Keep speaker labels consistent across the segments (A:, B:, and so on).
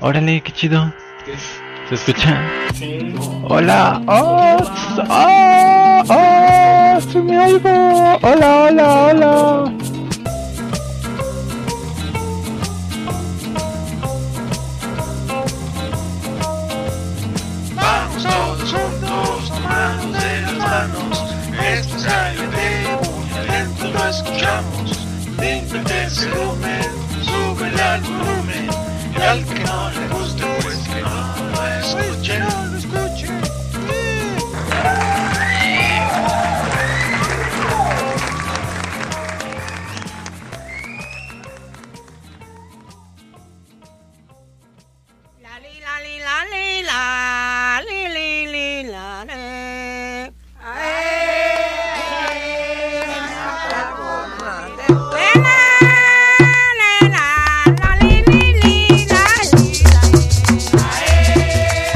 A: Órale, qué chido. ¿Se escucha?
B: Sí.
A: Hola. Oh, oh, oh, se me oigo. Hola, hola, hola.
C: Vamos todos juntos, tomados de las manos. Esto es AMT, muy atento lo escuchamos. Límpiate ese lumen, sube el volumen. Y al que no le guste, pues que no lo escuche. No lo escuche.
D: La li la li la li la li li li la le. Buena, le, la, la, li, li, li, la, li, la,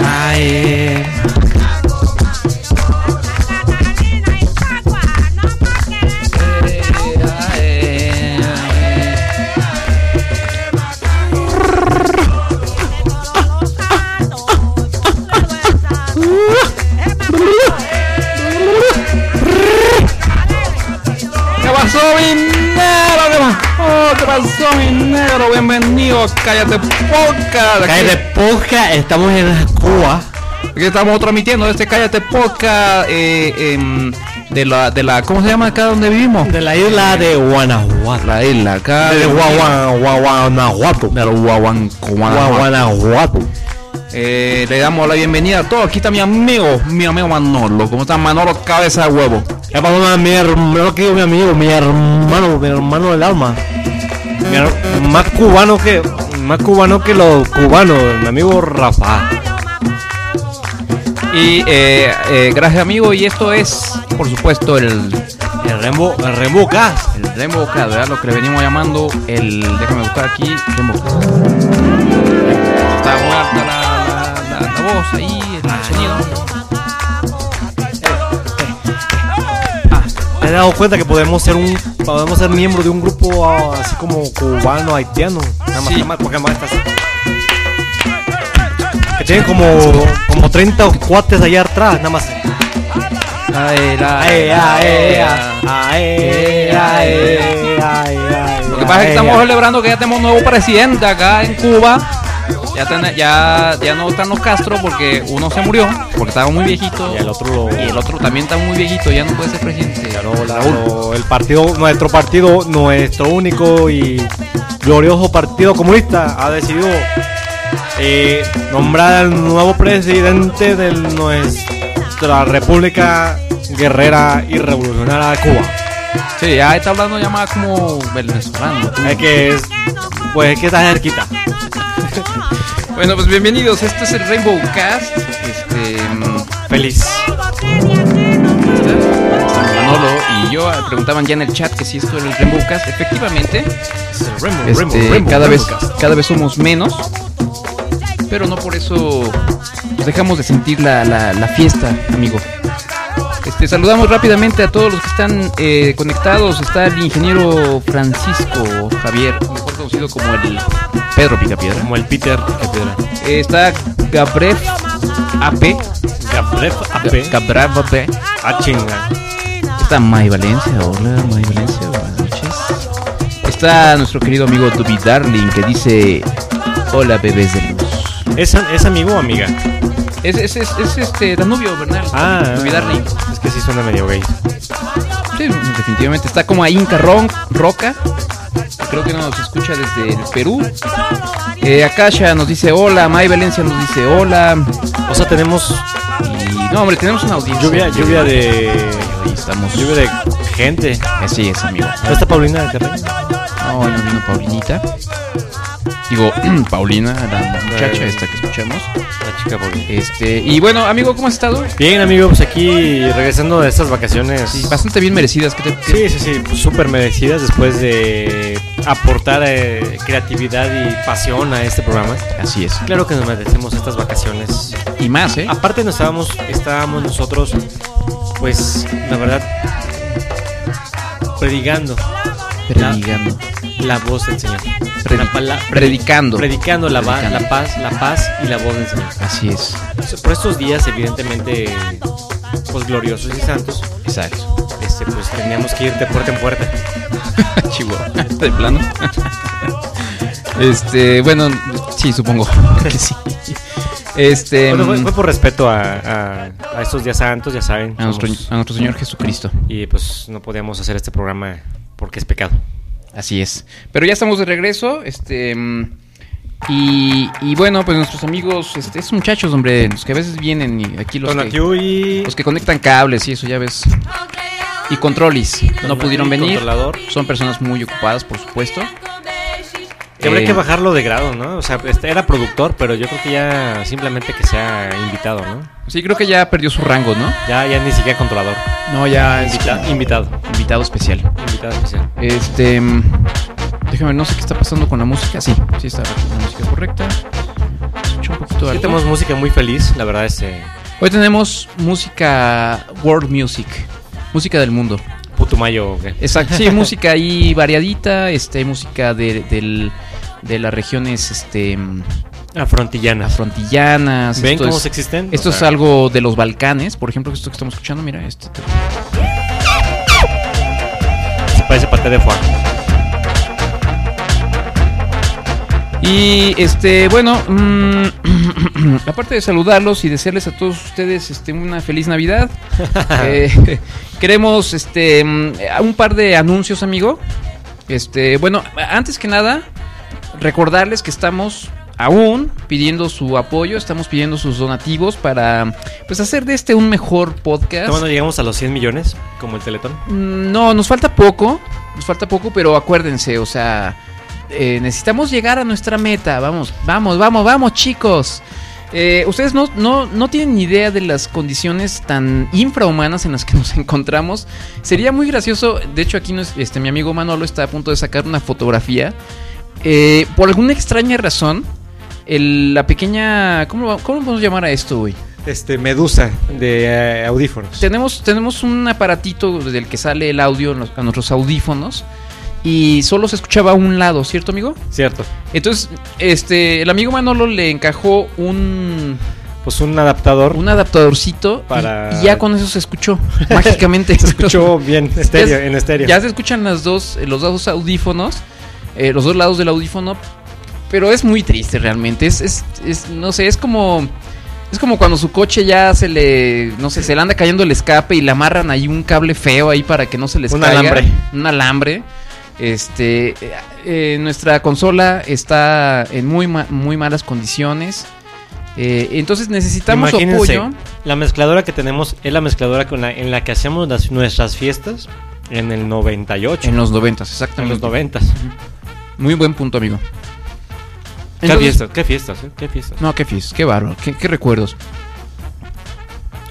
A: Ay,
D: la, la, la, li, la, y chagua, no más que le falta un- Todos los santos, yo solo el santo. Es más,
A: ¿Qué pasó, mi negro? ¿Qué
B: Oh,
A: pasó? ¿Qué pasó, mi negro? Bienvenido, cállate podcast.
B: Cállate
A: podcast, estamos en Cuba.
B: Aquí estamos transmitiendo este Cállate Podcast eh, em, de, la, de la. ¿Cómo se llama acá donde vivimos?
A: De la isla de Guanajuato.
B: La isla, acá.
A: De Guagua-
B: Guaguanajuato. De Guaguan- Guanajuato.
A: Guanajuato.
B: Eh, le damos la bienvenida a todos. Aquí está mi amigo, mi amigo Manolo. ¿Cómo está Manolo? Cabeza de huevo.
A: ¿Qué pasó, mi hermano? que digo mi amigo, mi hermano, mi hermano del alma. Mi her- más cubano que más cubano que los cubanos, mi amigo Rafa.
B: Y eh, eh, gracias, amigo. Y esto es, por supuesto, el.
A: El Rembo, el Rembo Gas.
B: El Rembocado, ¿verdad? Lo que le venimos llamando el. Déjame buscar aquí. Rembocado. Está muy alta la, la- la- la voz ahí, el sonido.
A: ¿Te has dado cuenta que podemos ser un podemos ser miembro de un grupo ah, así como cubano haitiano? Nada más,
B: Sí.
A: nada más, porque nada más estás- Que tienen como como 30 cuates allá atrás, nada más.
B: Ay, la-
A: Ay, ay, ay, ay, ay, ay, ay,
B: Lo que pasa es que
A: ay,
B: estamos
A: ay.
B: celebrando que ya tenemos nuevo presidente acá en Cuba. Ya, ten- ya, ya no están los Castro porque uno se murió, porque estaba muy viejito.
A: Y el otro lo-
B: y el otro también está muy viejito, ya no puede ser presidente.
A: Claro, la- lo- el partido, nuestro partido, nuestro único y glorioso partido comunista ha decidido eh, nombrar al nuevo presidente de nuestra República Guerrera y Revolucionaria de Cuba.
B: Sí, ya está hablando ya más como venezolano.
A: Es que es, pues es que está cerquita.
B: Bueno, pues bienvenidos, este es el Rainbow Cast. Este. mm,
A: Feliz.
B: Manolo y yo ah, preguntaban ya en el chat que si esto era el Rainbow Cast. Efectivamente,
A: Remo,
B: este, cada, vez, cada vez somos menos, pero no por eso nos dejamos de sentir la, la- la fiesta, amigo. Este, saludamos rápidamente a todos los que están eh, conectados. Está el ingeniero Francisco Javier, mejor conocido como el Pedro Picapiedra.
A: Como el Peter Picapiedra.
B: Eh, está Gabref AP.
A: Gabriel Ape.
B: Gabref AP.
A: Ah, chinga.
B: Está May Valencia, hola May Valencia, buenas noches. Está nuestro querido amigo Dubi Darling que dice Hola bebés de luz.
A: ¿Es, ¿Es amigo o amiga?
B: Es, es, es, es, este Danubio Bernal,
A: Ah,
B: Dubi Darling.
A: es que sí suena medio gay.
B: Sí, definitivamente está como a Inca Ron- Roca. Creo que nos escucha desde el Perú. Eh, Akasha nos dice hola, May Valencia nos dice hola.
A: O sea, tenemos
B: Y no, hombre, tenemos una audiencia.
A: lluvia, lluvia de.
B: Ahí estamos.
A: lluvia de gente.
B: Así es, amigo.
A: ¿No está Paulina del Carril?
B: No, hoy no Ah, vino Paulinita. Digo, Paulina, la muchacha esta que escuchamos.
A: La chica Paulina.
B: Este, y bueno, amigo, ¿cómo has estado?
A: Bien, amigos, pues aquí regresando de estas vacaciones.
B: Sí, Bastante bien merecidas. ¿Qué te- qué-
A: Sí, sí, sí, pues, súper merecidas después de aportar eh, creatividad y pasión a este programa.
B: Así es.
A: Claro que nos merecemos estas vacaciones.
B: Y más,
E: Ah,
B: ¿eh?
A: Aparte, nos estábamos, estábamos nosotros, pues, la verdad, predicando
B: Perdigando.
A: la voz del Señor.
B: predi-
E: pala-
B: predicando.
E: Predicando la, va-
B: Predicando.
E: la paz, la paz y la voz del Señor.
B: Así es,
E: Por estos días, evidentemente, pues gloriosos y santos,
B: exacto.
E: este, pues teníamos que ir de puerta en puerta.
B: Chihuahua, de plano. este, bueno, sí, supongo que sí. Este,
E: Bueno, fue,
B: mm,
E: fue por respeto a, a- a estos días santos, ya saben.
B: a, nuestro,
E: somos-
B: a nuestro Señor Jesucristo.
E: y pues no podíamos hacer este programa porque es pecado.
B: Así es. Pero ya estamos de regreso. Este. mm, Y, y bueno, pues nuestros amigos, este, esos muchachos, hombre, los que a veces vienen y aquí los, que,
E: Donatio y
B: los que conectan cables y eso, ya ves. Y controlis, no pudieron venir.
E: Controlador.
B: Son personas muy ocupadas, por supuesto.
E: Que habría
B: Eh,
E: que bajarlo de grado, ¿no? O sea, este, era productor, pero yo creo que ya simplemente que sea invitado, ¿no?
B: Sí, creo que ya perdió su rango, ¿no?
E: Ya, ya ni siquiera controlador.
B: No, ya
E: Invita- invitado.
B: invitado especial.
E: Invitado especial.
B: Este. mm, Déjame, no sé qué está pasando con la música. Sí, sí está la música correcta. Escucho un poquito
E: Hoy
B: alto.
E: tenemos música muy feliz, la verdad, este.
B: Hoy tenemos música world music, música del mundo.
E: Putumayo. ¿o qué?
B: Exacto. Sí, música ahí variadita, este, música de, del- de las regiones este, mm,
E: Afrontillana.
B: afrontillanas.
E: ¿Ven
B: esto
E: cómo
B: es,
E: se existen?
B: esto
E: O
B: es
E: sea,
B: algo de los Balcanes, por ejemplo, esto que estamos escuchando, mira, este.
E: se parece paté de foie.
B: Y este, bueno, mm, aparte de saludarlos y desearles a todos ustedes este, una feliz Navidad, eh, queremos este, mm, un par de anuncios, amigo. Este, bueno, antes que nada, recordarles que estamos aún pidiendo su apoyo, estamos pidiendo sus donativos para pues hacer de este un mejor podcast.
E: Cuando llegamos a los 100 millones, como el Teletón.
B: Mm, No, nos falta poco. Nos falta poco, pero acuérdense, o sea, eh, necesitamos llegar a nuestra meta. Vamos, vamos, vamos, vamos, chicos. Eh, ustedes no, no, no tienen ni idea de las condiciones tan infrahumanas en las que nos encontramos. Sería muy gracioso. De hecho, aquí nos- este, mi amigo Manolo está a punto de sacar una fotografía. Eh, por alguna extraña razón, el- la pequeña. ¿Cómo, ¿Cómo podemos llamar a esto, güey?
A: Este, Medusa
E: De eh, audífonos.
B: Tenemos, tenemos un aparatito del que sale el audio en los- a nuestros audífonos y solo se escuchaba un lado, ¿cierto, amigo?
E: Cierto.
B: Entonces, este, el amigo Manolo le encajó un,
E: Pues un adaptador.
B: un adaptadorcito y-
E: Para-
B: y, ya con eso se escuchó mágicamente.
E: Se escuchó bien, estéreo,
B: Ya-
E: en estéreo.
B: Ya se escuchan las dos, eh, los dos audífonos, eh, los dos lados del audífono, pero es muy triste realmente. Es, es, es, no sé, es como. Es como cuando su coche ya se le. No sé, se le anda cayendo el escape y le amarran ahí un cable feo ahí para que no se les
E: Un
B: caiga.
E: alambre.
B: Un alambre. Este. eh, eh, nuestra consola está en muy, ma- muy malas condiciones. Eh, entonces necesitamos su
E: Imagínense,
B: apoyo.
E: La mezcladora que tenemos es la mezcladora con la, en la que hacíamos las- nuestras fiestas en el 98.
B: En los 90,
E: En
B: exactamente.
E: los 90.
B: Muy buen punto, amigo.
E: ¿Qué
B: Entonces-
E: fiestas? ¿Qué fiestas? eh? ¿Qué fiestas?
B: No, qué fies, qué bárbaro, qué, qué recuerdos.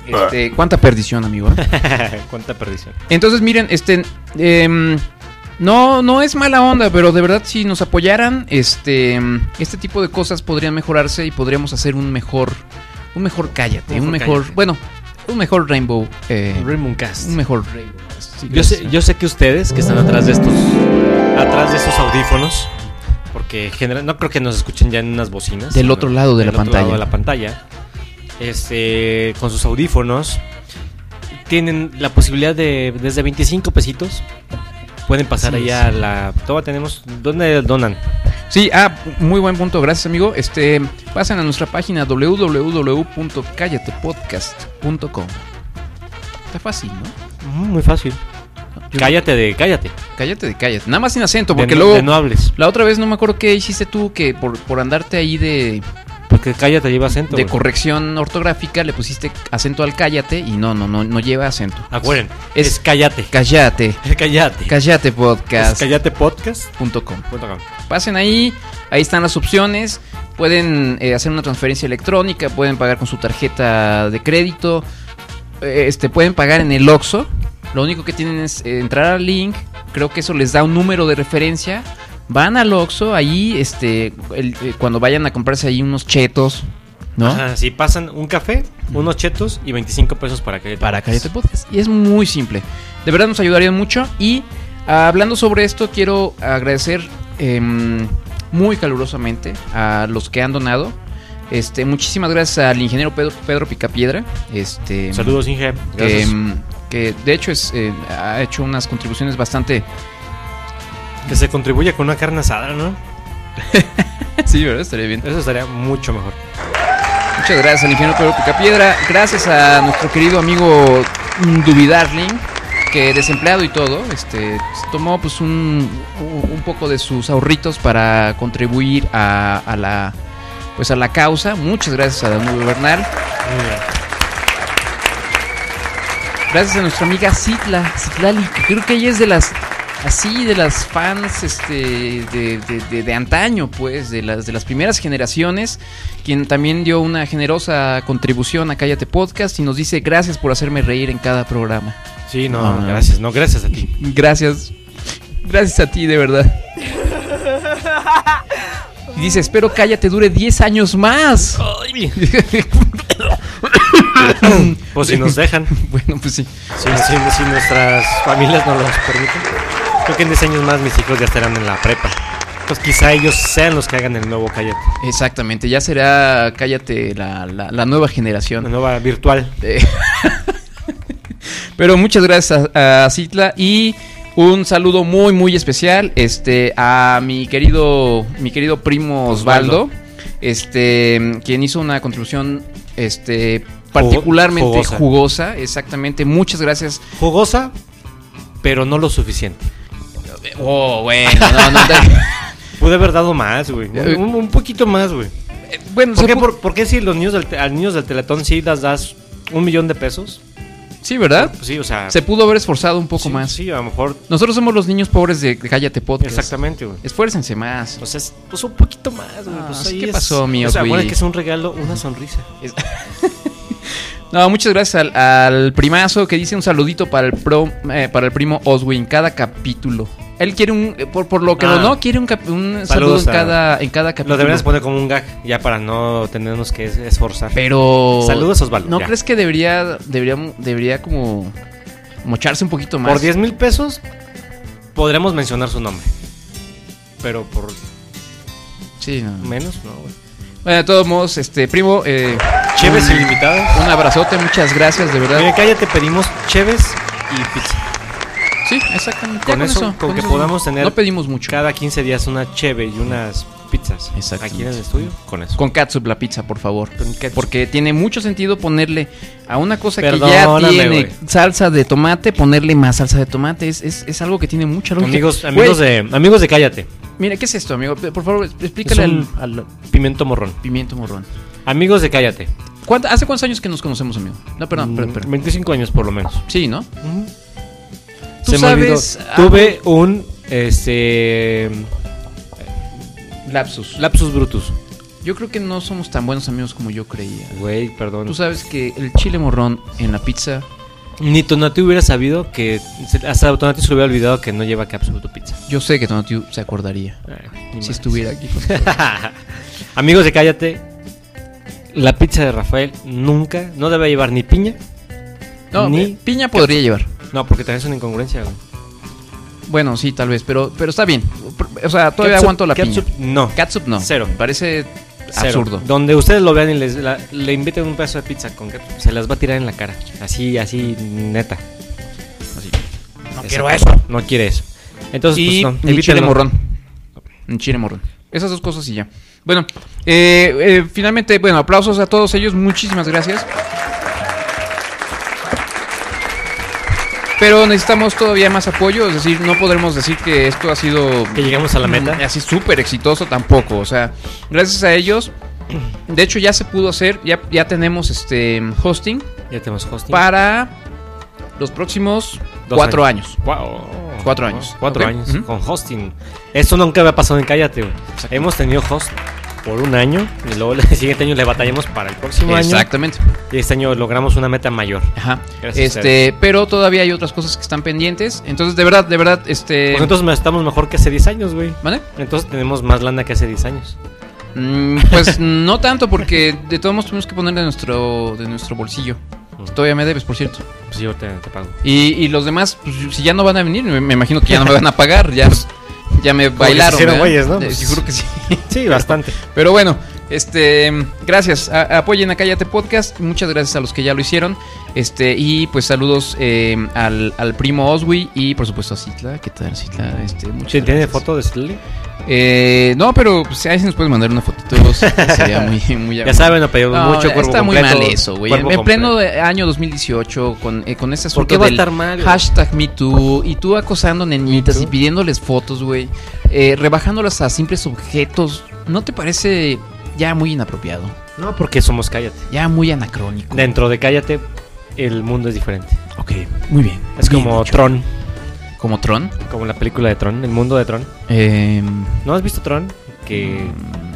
B: Este, cuánta perdición, amigo. ¿eh?
E: Cuánta perdición.
B: Entonces, miren, este. em, no, no es mala onda, pero de verdad, si nos apoyaran, este. em, Este tipo de cosas podrían mejorarse y podríamos hacer un mejor. Un mejor cállate.
E: Mejor
B: un mejor.
E: cállate.
B: Bueno, un mejor Rainbow. eh,
E: Raymondcast.
B: un mejor Rainbow. Sí,
E: Yo sé,
B: gracias.
E: yo sé que ustedes que están atrás de estos, atrás de esos audífonos, porque general, no creo que nos escuchen ya en unas bocinas.
B: Del
E: sino
B: otro lado de
E: del
B: la
E: otro lado
B: pantalla.
E: de la pantalla. Este, con sus audífonos, tienen la posibilidad de desde 25 pesitos. Pueden pasar
B: Así
E: allá a la. Toda tenemos. ¿Dónde donan?
B: Sí, ah, muy buen punto, gracias amigo. Este, pasen a nuestra página www.callatepodcast.com. Está fácil, ¿no?
E: Muy fácil.
B: Yo-
E: Cállate de. Cállate.
B: Cállate de cállate. Nada más sin acento, porque
E: de no-
B: luego.
E: de no hables.
B: La otra vez no me acuerdo qué hiciste tú que por, por andarte ahí de,
E: Porque cállate lleva acento.
B: de
E: güey.
B: corrección ortográfica le pusiste acento al cállate y no, no, no, no lleva acento.
E: Acuérdense.
B: Es-
E: Es, cállate.
B: Cállate.
E: Cállate.
B: Cállate
E: Es
B: podcast.
E: cállate podcast. punto com.
B: Pasen ahí, ahí están las opciones. Pueden eh, hacer una transferencia electrónica, pueden pagar con su tarjeta de crédito, eh, este, pueden pagar en el Oxxo. Lo único que tienen es eh, entrar al link, creo que eso les da un número de referencia. Van al Oxxo, ahí este, el- eh, cuando vayan a comprarse ahí unos chetos, ¿no?
E: Ajá, sí, pasan un café, unos chetos y 25 pesos para que
B: para Cállate Podcast. Y es muy simple. De verdad nos ayudaría mucho. Y ah, hablando sobre esto, quiero agradecer em, muy calurosamente a los que han donado. Este, muchísimas gracias al ingeniero Pedro, Pedro Picapiedra. Este,
E: Saludos, Inge.
B: que,
E: Gracias.
B: mm, que de hecho es, eh, ha hecho unas contribuciones bastante.
E: Que se contribuya con una carne asada, ¿no?
B: sí, ¿verdad? Estaría bien.
E: Eso estaría mucho mejor.
B: Muchas gracias al ingeniero Pedro Picapiedra. Gracias a nuestro querido amigo Duby Darling, que desempleado y todo, este, tomó pues un, un poco de sus ahorritos para contribuir a, a la pues a la causa. Muchas gracias a Danubio Bernal.
E: Muy bien.
B: Gracias a nuestra amiga Citla, Citlali, que creo que ella es de las así de las fans este de, de- de- de antaño, pues, de las de las primeras generaciones, quien también dio una generosa contribución a Cállate Podcast y nos dice gracias por hacerme reír en cada programa.
E: Sí, no,
B: Ah.
E: gracias. No, gracias a ti.
B: Gracias. Gracias a ti, de verdad. Y dice, espero cállate dure 10 años más.
E: Pues si nos dejan,
B: bueno, pues sí.
E: si, si- si nuestras familias nos los permiten. Creo que en 10 años más mis hijos ya estarán en la prepa. Pues quizá ellos sean los que hagan el nuevo cállate.
B: Exactamente, ya será, cállate, la, la- la nueva
E: La
B: generación.
E: nueva virtual.
B: Eh, Pero muchas gracias a, a Citla y un saludo muy muy especial este a mi querido mi querido primo Osvaldo, este quien hizo una contribución este particularmente
E: Jugosa.
B: jugosa. exactamente. Muchas gracias.
E: Jugosa, pero no lo suficiente.
B: Oh, bueno, no, no, te-
E: Pude haber dado más, güey. Un, un- un poquito más, güey.
B: bueno,
E: ¿Por
B: se
E: qué,
B: pu-
E: por, por qué si los niños del, te- a niños del Teletón sí las das un millón de pesos?
B: sí, ¿verdad?
E: Pues sí, o sea.
B: Se pudo haber esforzado un poco
E: sí,
B: más.
E: Sí, a lo mejor.
B: Nosotros somos los niños pobres de Cállate Podcast.
E: Exactamente, güey.
B: Esfuércense más.
E: Entonces, pues un poquito más, güey.
B: Ah,
E: pues
B: sí,
E: ahí
B: ¿qué
E: es-
B: pasó, mi
E: O sea, bueno,
B: Oswi?
E: es que es un regalo, una sonrisa.
B: Es- No, muchas gracias al, al primazo que dice un saludito para el, pro, eh, para el primo Oswin en cada capítulo. Él quiere un, eh, por, por lo que
E: Ah.
B: lo no, quiere un, cap- un saludo
E: Saludos
B: en
E: a-
B: cada, en cada capítulo.
E: Lo deberías poner como un gag, ya para no tenernos que es- esforzar.
B: Pero...
E: Saludos, Osvaldo,
B: ¿No
E: ya.
B: crees que debería, debería, debería como mocharse un poquito más?
E: Por 10 mil pesos podremos mencionar su nombre. Pero por
B: Sí, no.
E: menos, no, güey.
B: Bueno, de todos modos, este, primo, eh,
E: Cheves
B: un-
E: ilimitadas.
B: un abrazote, muchas gracias, de verdad.
E: Mira, acá ya te pedimos cheves y pizza.
B: Sí, exactamente. ya
E: Con eso, con que
B: es-
E: podamos tener
B: No pedimos mucho.
E: Cada 15 días una cheve y unas pizzas.
B: Exactamente.
E: Aquí en el estudio, con eso.
B: Con catsup la pizza, por favor.
E: Con ketchup.
B: Porque tiene mucho sentido ponerle a una cosa que ya
E: Perdóname,
B: tiene
E: güey.
B: salsa de tomate, ponerle más salsa de tomate. Es, es, es algo que tiene mucha lógica.
E: Amigos, amigos
B: Güey,
E: de amigos de Cállate.
B: Mira, ¿qué es esto, amigo? P- Por favor, exp-
E: Es
B: explícale
E: un-
B: al, al
E: Pimiento morrón.
B: pimiento morrón.
E: Amigos de Cállate.
B: ¿Cuánto- ¿Hace cuántos años que nos conocemos, amigo? No, perdón,
E: Mm,
B: perdón, perdón.
E: 25 años por lo menos.
B: Sí, ¿no? Tú
E: Se
B: sabes- ah,
E: me olvidó. Tuve un este
B: Lapsus.
E: lapsus brutus.
B: Yo creo que no somos tan buenos amigos como yo creía.
E: Güey, perdón.
B: Tú sabes que el chile morrón en la pizza...
E: Ni Tonati hubiera sabido que se- hasta Tonati se le hubiera olvidado que no lleva cápsula tu pizza.
B: Yo sé que Donatiu se acordaría
E: Ni
B: Ah, si
E: más.
B: estuviera aquí.
E: Amigos de Cállate, la pizza de Rafael nunca no debe llevar ni piña.
B: No,
E: Ni-
B: piña podría llevar.
E: No, porque también es una incongruencia, güey.
B: Bueno, sí, tal vez, pero, pero está bien. O sea, todavía
E: Catsup-
B: aguanto la
E: catsup,
B: piña.
E: No.
B: Catsup no.
E: Cero.
B: Me Parece
E: Cero.
B: absurdo.
E: Donde ustedes lo vean y les, la- le inviten un pedazo de pizza con catsup, se las va a tirar en la cara. Así, así, neta.
B: Así.
E: No quiero eso. No quiere eso. Entonces,
B: Y
E: pues, no,
B: un chile
E: evítenlo.
B: morrón. Un chile morrón. Esas dos cosas y ya. Bueno, eh, eh, finalmente, bueno, aplausos a todos ellos. Muchísimas gracias. Pero necesitamos todavía más apoyo, es decir, no podremos decir que esto ha sido
E: Que llegamos a la meta.
B: Mm, Así súper exitoso tampoco. O sea, gracias a ellos. De hecho, ya se pudo hacer. Ya, ya tenemos este hosting
E: Ya tenemos hosting.
B: para los próximos
E: Dos
B: cuatro años.
E: Wow.
B: Cuatro años.
E: Cuatro
B: Ok.
E: años
B: Ujú.
E: con hosting. Esto nunca había pasado en Cállate, güey.
B: Exacto.
E: Hemos tenido host por un año y luego el siguiente año le batallamos para el próximo año.
B: Exactamente.
E: Y este año logramos una meta mayor.
B: Ajá.
E: Gracias a
B: Este, pero todavía hay otras cosas que están pendientes. Entonces, de verdad, de verdad, este.
E: Pues entonces estamos mejor que hace 10 años, güey.
B: ¿Vale?
E: Entonces tenemos más lana que hace 10 años.
B: Mm, pues no tanto, porque de todos modos tuvimos que poner de nuestro, de nuestro bolsillo.
E: Mm.
B: Todavía me debes, por cierto.
E: Pues yo te, te pago.
B: Y, y los demás, pues, si ya no van a venir, me, me imagino que ya no me van a pagar. Ya, ya me
A: que
B: bailaron.
A: hicieron
B: ¿verdad?
A: güeyes, ¿no?
B: Eh,
A: Pues-
B: Seguro que sí.
A: Sí, bastante.
B: Pero bueno, este, gracias. A- apoyen a Cállate Podcast. Muchas gracias a los que ya lo hicieron. Este, y pues saludos eh, al, al primo Oswi y por supuesto a Citla. ¿Qué tal, Citla? Este, muchas
A: Sí, ¿Tiene
B: gracias.
A: foto de Stanley?
B: Eh, no, pero pues, ahí sí nos puedes mandar una fotito de vos. Sería muy, muy
A: Ya saben, no pedimos
B: No,
A: mucho cuerpo
B: está muy
A: completo,
B: mal eso, güey. En,
A: cuerpo
B: en pleno
A: completo.
B: eh, año 2018, con, eh, con ese asunto
E: ¿Por qué va a
B: del
E: estar mal, güey?
B: hashtag MeToo, y tú acosando nenitas y pidiéndoles fotos, güey, eh, rebajándolas a simples objetos, ¿no te parece ya muy inapropiado?
E: No, porque somos cállate.
B: Ya muy anacrónico.
E: Dentro de cállate, el mundo es diferente.
B: Ok, muy bien.
E: Es
B: Bien
E: como
B: dicho.
E: Tron,
B: Como Tron.
E: como la película de Tron, el mundo de Tron.
B: Eh,
E: ¿No has visto Tron? Que...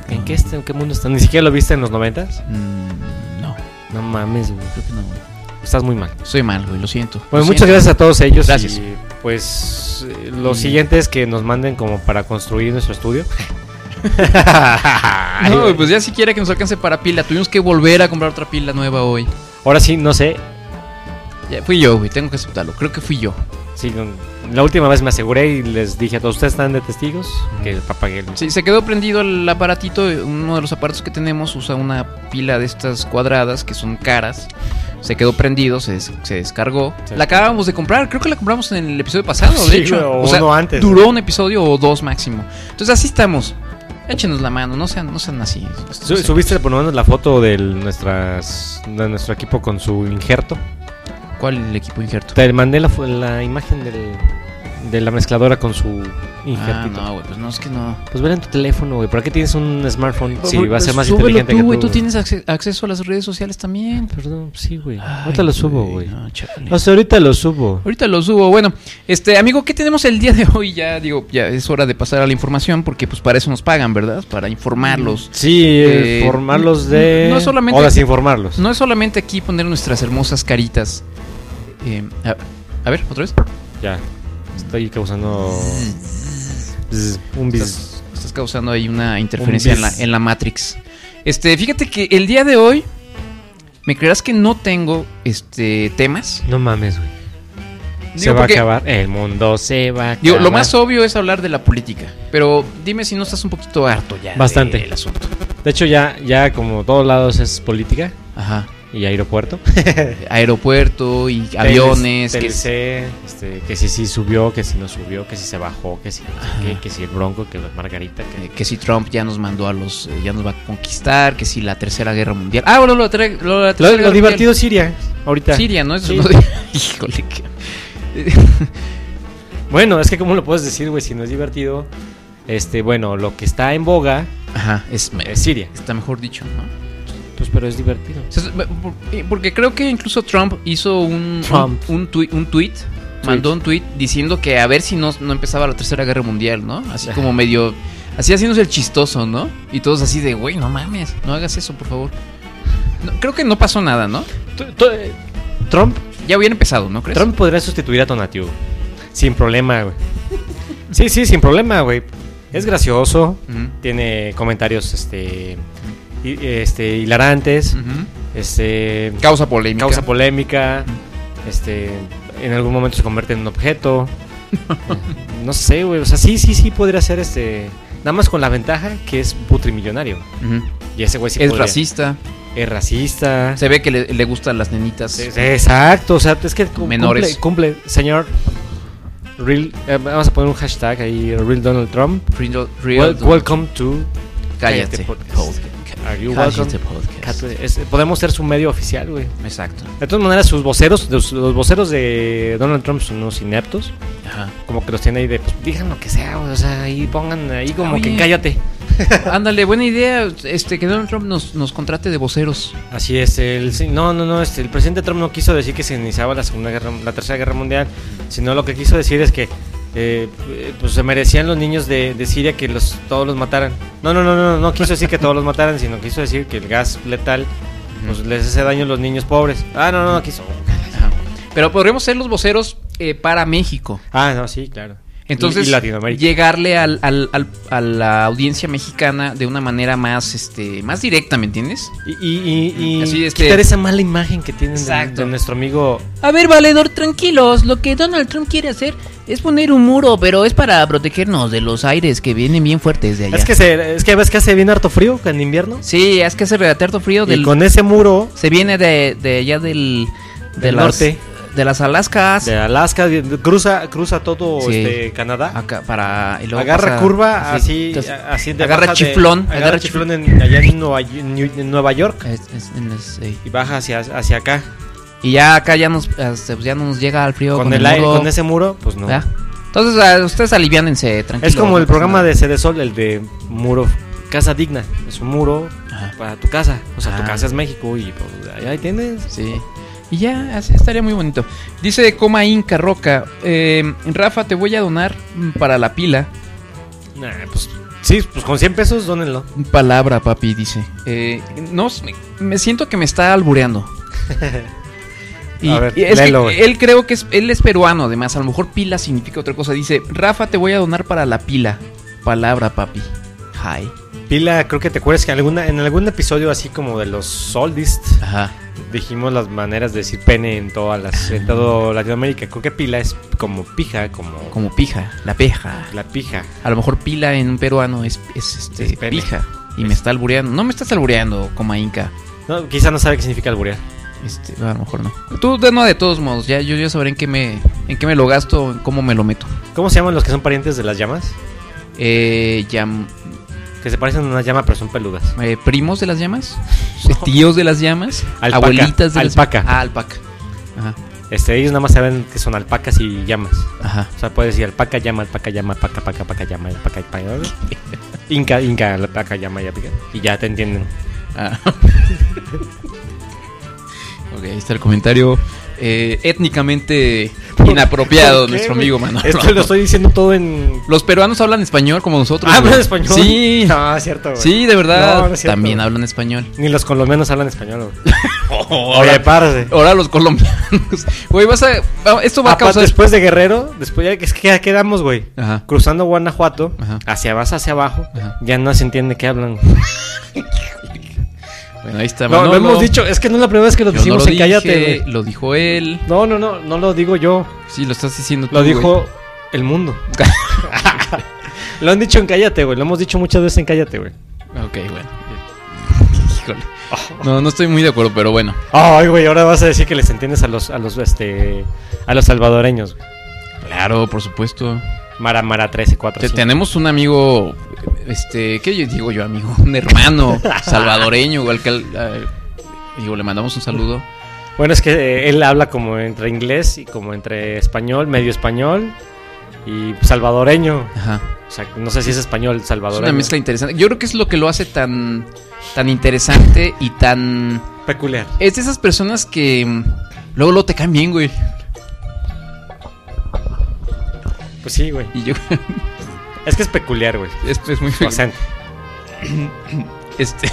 E: ¿En qué, este- en qué mundo están? ¿Ni siquiera lo viste en los noventas?
B: mm, no,
E: No mames, güey.
B: creo que no. güey.
E: Estás muy mal.
B: Soy mal, güey, lo siento.
E: Bueno,
B: Lo
E: muchas
B: siento.
E: gracias a todos ellos.
B: Gracias.
E: y, pues eh, lo
B: Mm.
E: siguiente es que nos manden como para construir nuestro estudio.
B: No, güey, pues ya siquiera que nos alcance para pila. Tuvimos que volver a comprar otra pila nueva hoy.
E: Ahora sí, no sé.
B: Ya, fui yo, güey, tengo que aceptarlo. Creo que fui yo.
E: sí, no- la última vez me aseguré y les dije a todos, ustedes están de testigos que apagué el...
B: Sí, se quedó prendido el aparatito. Uno de los aparatos que tenemos usa una pila de estas cuadradas que son caras. Se quedó prendido, se, des- se descargó.
E: Sí.
B: La acabábamos de comprar, creo que la compramos en el episodio pasado, de
E: Sí,
B: hecho.
E: güey, o uno antes.
B: Duró un episodio o dos máximo. Entonces así estamos. Échenos la mano, no sean, no sean así.
E: Su- ¿Subiste por lo menos la foto de nuestras de nuestro equipo con su injerto?
B: ¿Cuál el equipo injerto?
E: Te mandé la, fo- la imagen del- de la mezcladora con su
B: Ah,
E: injertito.
B: no, güey, pues no, es que no.
E: Pues ver en tu teléfono, güey. ¿Para qué tienes un smartphone? Sí,
B: Pues,
E: va a ser
B: pues,
E: más
B: súbelo
E: inteligente
B: tú,
E: que tú.
B: güey, tú
E: güey.
B: tienes acce- acceso a las redes sociales también.
E: Perdón, sí, güey.
B: Ay,
E: Ahorita lo subo, güey.
B: no, chale.
E: O sea, ahorita lo subo.
B: Ahorita lo subo. Bueno, este amigo, ¿qué tenemos el día de hoy? Ya digo, ya es hora de pasar a la información porque pues para eso nos pagan, ¿verdad? Para informarlos.
E: Sí,
B: Eh,
E: eh, formarlos de...
B: no solamente-
E: O desinformarlos.
B: No es solamente aquí poner nuestras hermosas caritas. Eh, a, a ver, otra vez.
E: Ya. Estoy causando... Bzz, un bis.
B: Estás, estás causando ahí una interferencia en la,
E: bis.
B: en la Matrix. Este, fíjate que el día de hoy, ¿me creerás que no tengo este temas?
E: No mames, güey.
B: Digo,
E: Se va
B: porque-
E: a acabar. El mundo se va a
B: Digo,
E: acabar.
B: lo más obvio es hablar de la política, pero dime si no estás un poquito harto ya.
E: Bastante.
B: del asunto.
E: De hecho, ya, ya como todos lados es política
B: Ajá.
E: y aeropuerto.
B: aeropuerto y aviones. que eh, es-
E: TLC, este, que si sí subió, que si no subió, que si se bajó, que si, no sé qué, que si el bronco, que la margarita, que...
B: eh, que si Trump ya nos mandó a los, eh, ya nos va a conquistar, que si la tercera guerra mundial. Ah, bueno, lo, tra- lo- la tercera
E: Lo,
B: guerra
E: lo
B: mundial.
E: divertido es Siria, ahorita.
B: Siria, ¿no? Eso
E: Sí.
B: no- Híjole, que-
E: Bueno, es que cómo lo puedes decir, güey, si no es divertido. Este, bueno, lo que está en boga
B: Ajá, es,
E: es Siria.
B: está mejor dicho, ¿no?
E: Pues, pero es divertido.
B: O sea, es- por- eh, Porque creo que incluso Trump hizo un,
E: Trump.
B: un, un tui- un tweet, mandó un tweet diciendo que a ver si no, no empezaba la tercera guerra mundial, ¿no? Así
E: Ajá.
B: como medio, así haciéndose el chistoso, ¿no? Y todos así de, güey, no mames, no hagas eso, por favor. No, creo que no pasó nada, ¿no?
E: Tu- tu- eh, Trump,
B: Ya hubiera empezado, ¿no crees?
E: Trump podría sustituir a Tonatiuh. Sin problema, güey. Sí, sí, sin problema, güey. Es gracioso.
B: Ujú,
E: Tiene comentarios, este... hi- Este, hilarantes.
B: ujú.
E: Este...
B: Causa polémica.
E: causa polémica,
B: Mm.
E: este, en algún momento se convierte en un objeto. no sé, güey, o sea, sí, sí, sí podría ser este, nada más con la ventaja que es putrimillonario.
B: Ujú.
E: Y ese güey sí
B: es
E: podría-
B: racista.
E: es racista.
B: Se ve que le, le gustan las nenitas.
E: Es- Exacto, o sea, es que cu-
B: Menores.
E: cumple, cumple, señor Real, eh, vamos a poner un hashtag ahí, Real Donald Trump.
B: Real-
E: Wel-
B: real-
E: welcome to
B: cállate.
E: Cállate podcast.
B: Podcast.
E: Are you
B: Cállate
E: welcome?
B: podcast.
E: Es- podemos ser su medio oficial, güey.
B: Exacto.
E: De todas maneras, sus voceros, los, los voceros de Donald Trump son unos ineptos.
B: Ajá.
E: Como que los tiene ahí de, pues, digan lo que sea, güey, o sea, ahí pongan ahí como
B: Oye.
E: que cállate.
B: Ándale, buena idea este, que Donald Trump nos, nos contrate de voceros.
E: Así es, el, sí, no, no, no, este, el presidente Trump no quiso decir que se iniciaba la segunda guerra, la tercera guerra mundial, sino lo que quiso decir es que, eh, eh, pues, se merecían los niños de, de Siria que los, todos los mataran. No, no, no, no, no, no quiso decir que todos los mataran, sino quiso decir que el gas letal, pues, les hace daño a los niños pobres. Ah, no, no, no quiso.
B: Ajá. Pero podríamos ser los voceros eh, para México.
E: Ah, no, sí, claro.
B: Entonces,
E: Y- y Latinoamérica.
B: llegarle al- al- al- a la audiencia mexicana de una manera más, este, más directa, ¿me entiendes?
E: Y, y, y- y
B: Así, este-
E: quitar esa mala imagen que tienen de,
B: Exacto.
E: de nuestro amigo.
F: A ver, valedor, tranquilos. Lo que Donald Trump quiere hacer Es poner un muro, pero es para protegernos de los aires que vienen bien fuertes de allá.
E: Es que, se, es que ves que hace bien harto frío que en invierno.
F: Sí, es que ese regaterto frío
E: Y
F: del,
E: con ese muro
F: se viene de, de allá del, de
E: Del
F: las,
E: norte.
F: De las Alaskas.
E: de Alaska vi- cruza, cruza todo
F: Sí.
E: este, Canadá.
F: acá para, y luego
E: agarra
F: pasa-
E: curva así,
F: entonces,
E: a- así de
F: agarra
E: baja de-
F: chiflón,
E: agarra,
F: agarra
E: chiflón en- allá en Nueva, en Nueva York
F: es- es- en las- sí.
E: y baja hacia, hacia acá.
F: Y ya acá ya nos, este, pues ya no nos llega al frío.
E: Con, el, aire,
F: muro,
E: con ese muro, pues no.
F: ¿verdad? Entonces, ah, ustedes aliviánense, tranquilos.
E: Es como el programa de Cede Sol, el de muro, casa digna. Es un muro
F: Ajá.
E: para tu casa. O sea, tu
F: Ah.
E: casa es México y pues, ahí- ahí tienes.
B: Sí. Y ya, así estaría muy bonito. Dice Coma Inca Roca, eh, Rafa, te voy a donar mm, para la pila.
E: Nah, pues, sí, pues con 100 pesos, dónenlo.
B: Palabra, papi, dice. Eh, no, s- me- me siento que me está albureando.
E: A ver,
B: es que
E: léelo, güey.
B: él creo que es, él es peruano, además. A lo mejor pila significa otra cosa. Dice, Rafa, te voy a donar para la pila. Palabra, papi. Hi.
E: Pila, creo que te acuerdas que en, alguna, en algún episodio así como de los Soldist
B: Ajá.
E: dijimos las maneras de decir pene en, todas las, en todo Latinoamérica. Creo que pila es como pija, como,
B: Como pija, la peja.
E: la pija.
B: A lo mejor pila en un peruano es, es, este,
E: Es pene.
B: pija. Y me está albureando. No me estás albureando, coma Inca.
E: No, quizá no sabe qué significa alburear.
B: Este, a lo mejor no. Tú, de- no, de todos modos, ya yo ya sabré en qué me, en qué me lo gasto, en cómo me lo meto.
E: ¿Cómo se llaman los que son parientes de las llamas?
B: Eh, ya,
E: Que se parecen a una llama pero son peludas.
B: eh, ¿Primos de las llamas? ¿Tíos de las llamas?
E: Alpaca,
B: ¿Abuelitas de
E: alpaca.
B: las llamas? Ah, alpaca. Ajá,
E: Este, ellos nada más saben que son alpacas y llamas.
B: ajá.
E: O sea, puedes decir alpaca, llama, alpaca, llama, alpaca, alpaca, alpaca, llama, alpaca, alpaca, llama. Inca, inca, alpaca, llama, y alpaca. Y ya te entienden.
B: Ah. ok, ahí está el comentario eh, étnicamente inapropiado,
E: ¿Por qué,
B: nuestro
E: güey?
B: amigo Manolo.
E: Esto lo estoy diciendo todo en...
B: Los peruanos hablan español como nosotros.
E: Ah,
B: güey.
E: ¿hablan español?
B: Sí,
E: No, es cierto, güey.
B: sí, de verdad.
E: No, no es cierto,
B: También
E: güey.
B: hablan español.
E: Ni los colombianos hablan español, güey. Oye, parce.
B: Oh, Ahora los colombianos. Güey, vas a. va- Esto va a
E: Aparte,
B: causar.
E: después de Guerrero, después ya, es que ya quedamos, güey.
B: Ajá.
E: Cruzando Guanajuato,
B: Ajá.
E: hacia abajo, hacia abajo,
B: Ajá.
E: ya no se entiende qué hablan.
B: Bueno, ahí está.
E: No, lo
B: Manolo.
E: hemos dicho, es que no es la primera vez que lo
B: Yo no
E: decimos
B: lo
E: en Cállate.
B: dije,
E: güey.
B: Lo dijo él.
E: No, no, no, no lo digo yo.
B: Sí, lo estás diciendo tú.
E: Lo
B: güey.
E: dijo el mundo. lo han dicho en Cállate, güey. Lo hemos dicho muchas veces en Cállate, güey.
B: Ok, bueno. Híjole. No, no estoy muy de acuerdo, pero bueno.
E: Ay, güey, ahora vas a decir que les entiendes a los, a los, este, a los salvadoreños. güey.
B: Claro, por supuesto.
E: Mara, Mara, 13, 4,
B: Te- Tenemos un amigo. Este. ¿Qué yo digo yo, amigo? Un hermano salvadoreño, igual que. al- eh, digo, le mandamos un saludo.
E: Bueno, es que eh, él habla como entre inglés y como entre español, medio español y salvadoreño.
B: Ajá.
E: O sea, no sé si es español,
B: Es
E: salvadoreño.
B: una mezcla interesante. Yo creo que es lo que lo hace tan, tan interesante y tan...
E: peculiar.
B: Es de esas personas que mm, luego, luego te caen bien, güey.
E: Pues sí, güey.
B: Y yo...
E: Es que es peculiar, güey.
B: es, es muy
E: O sea,
B: Este...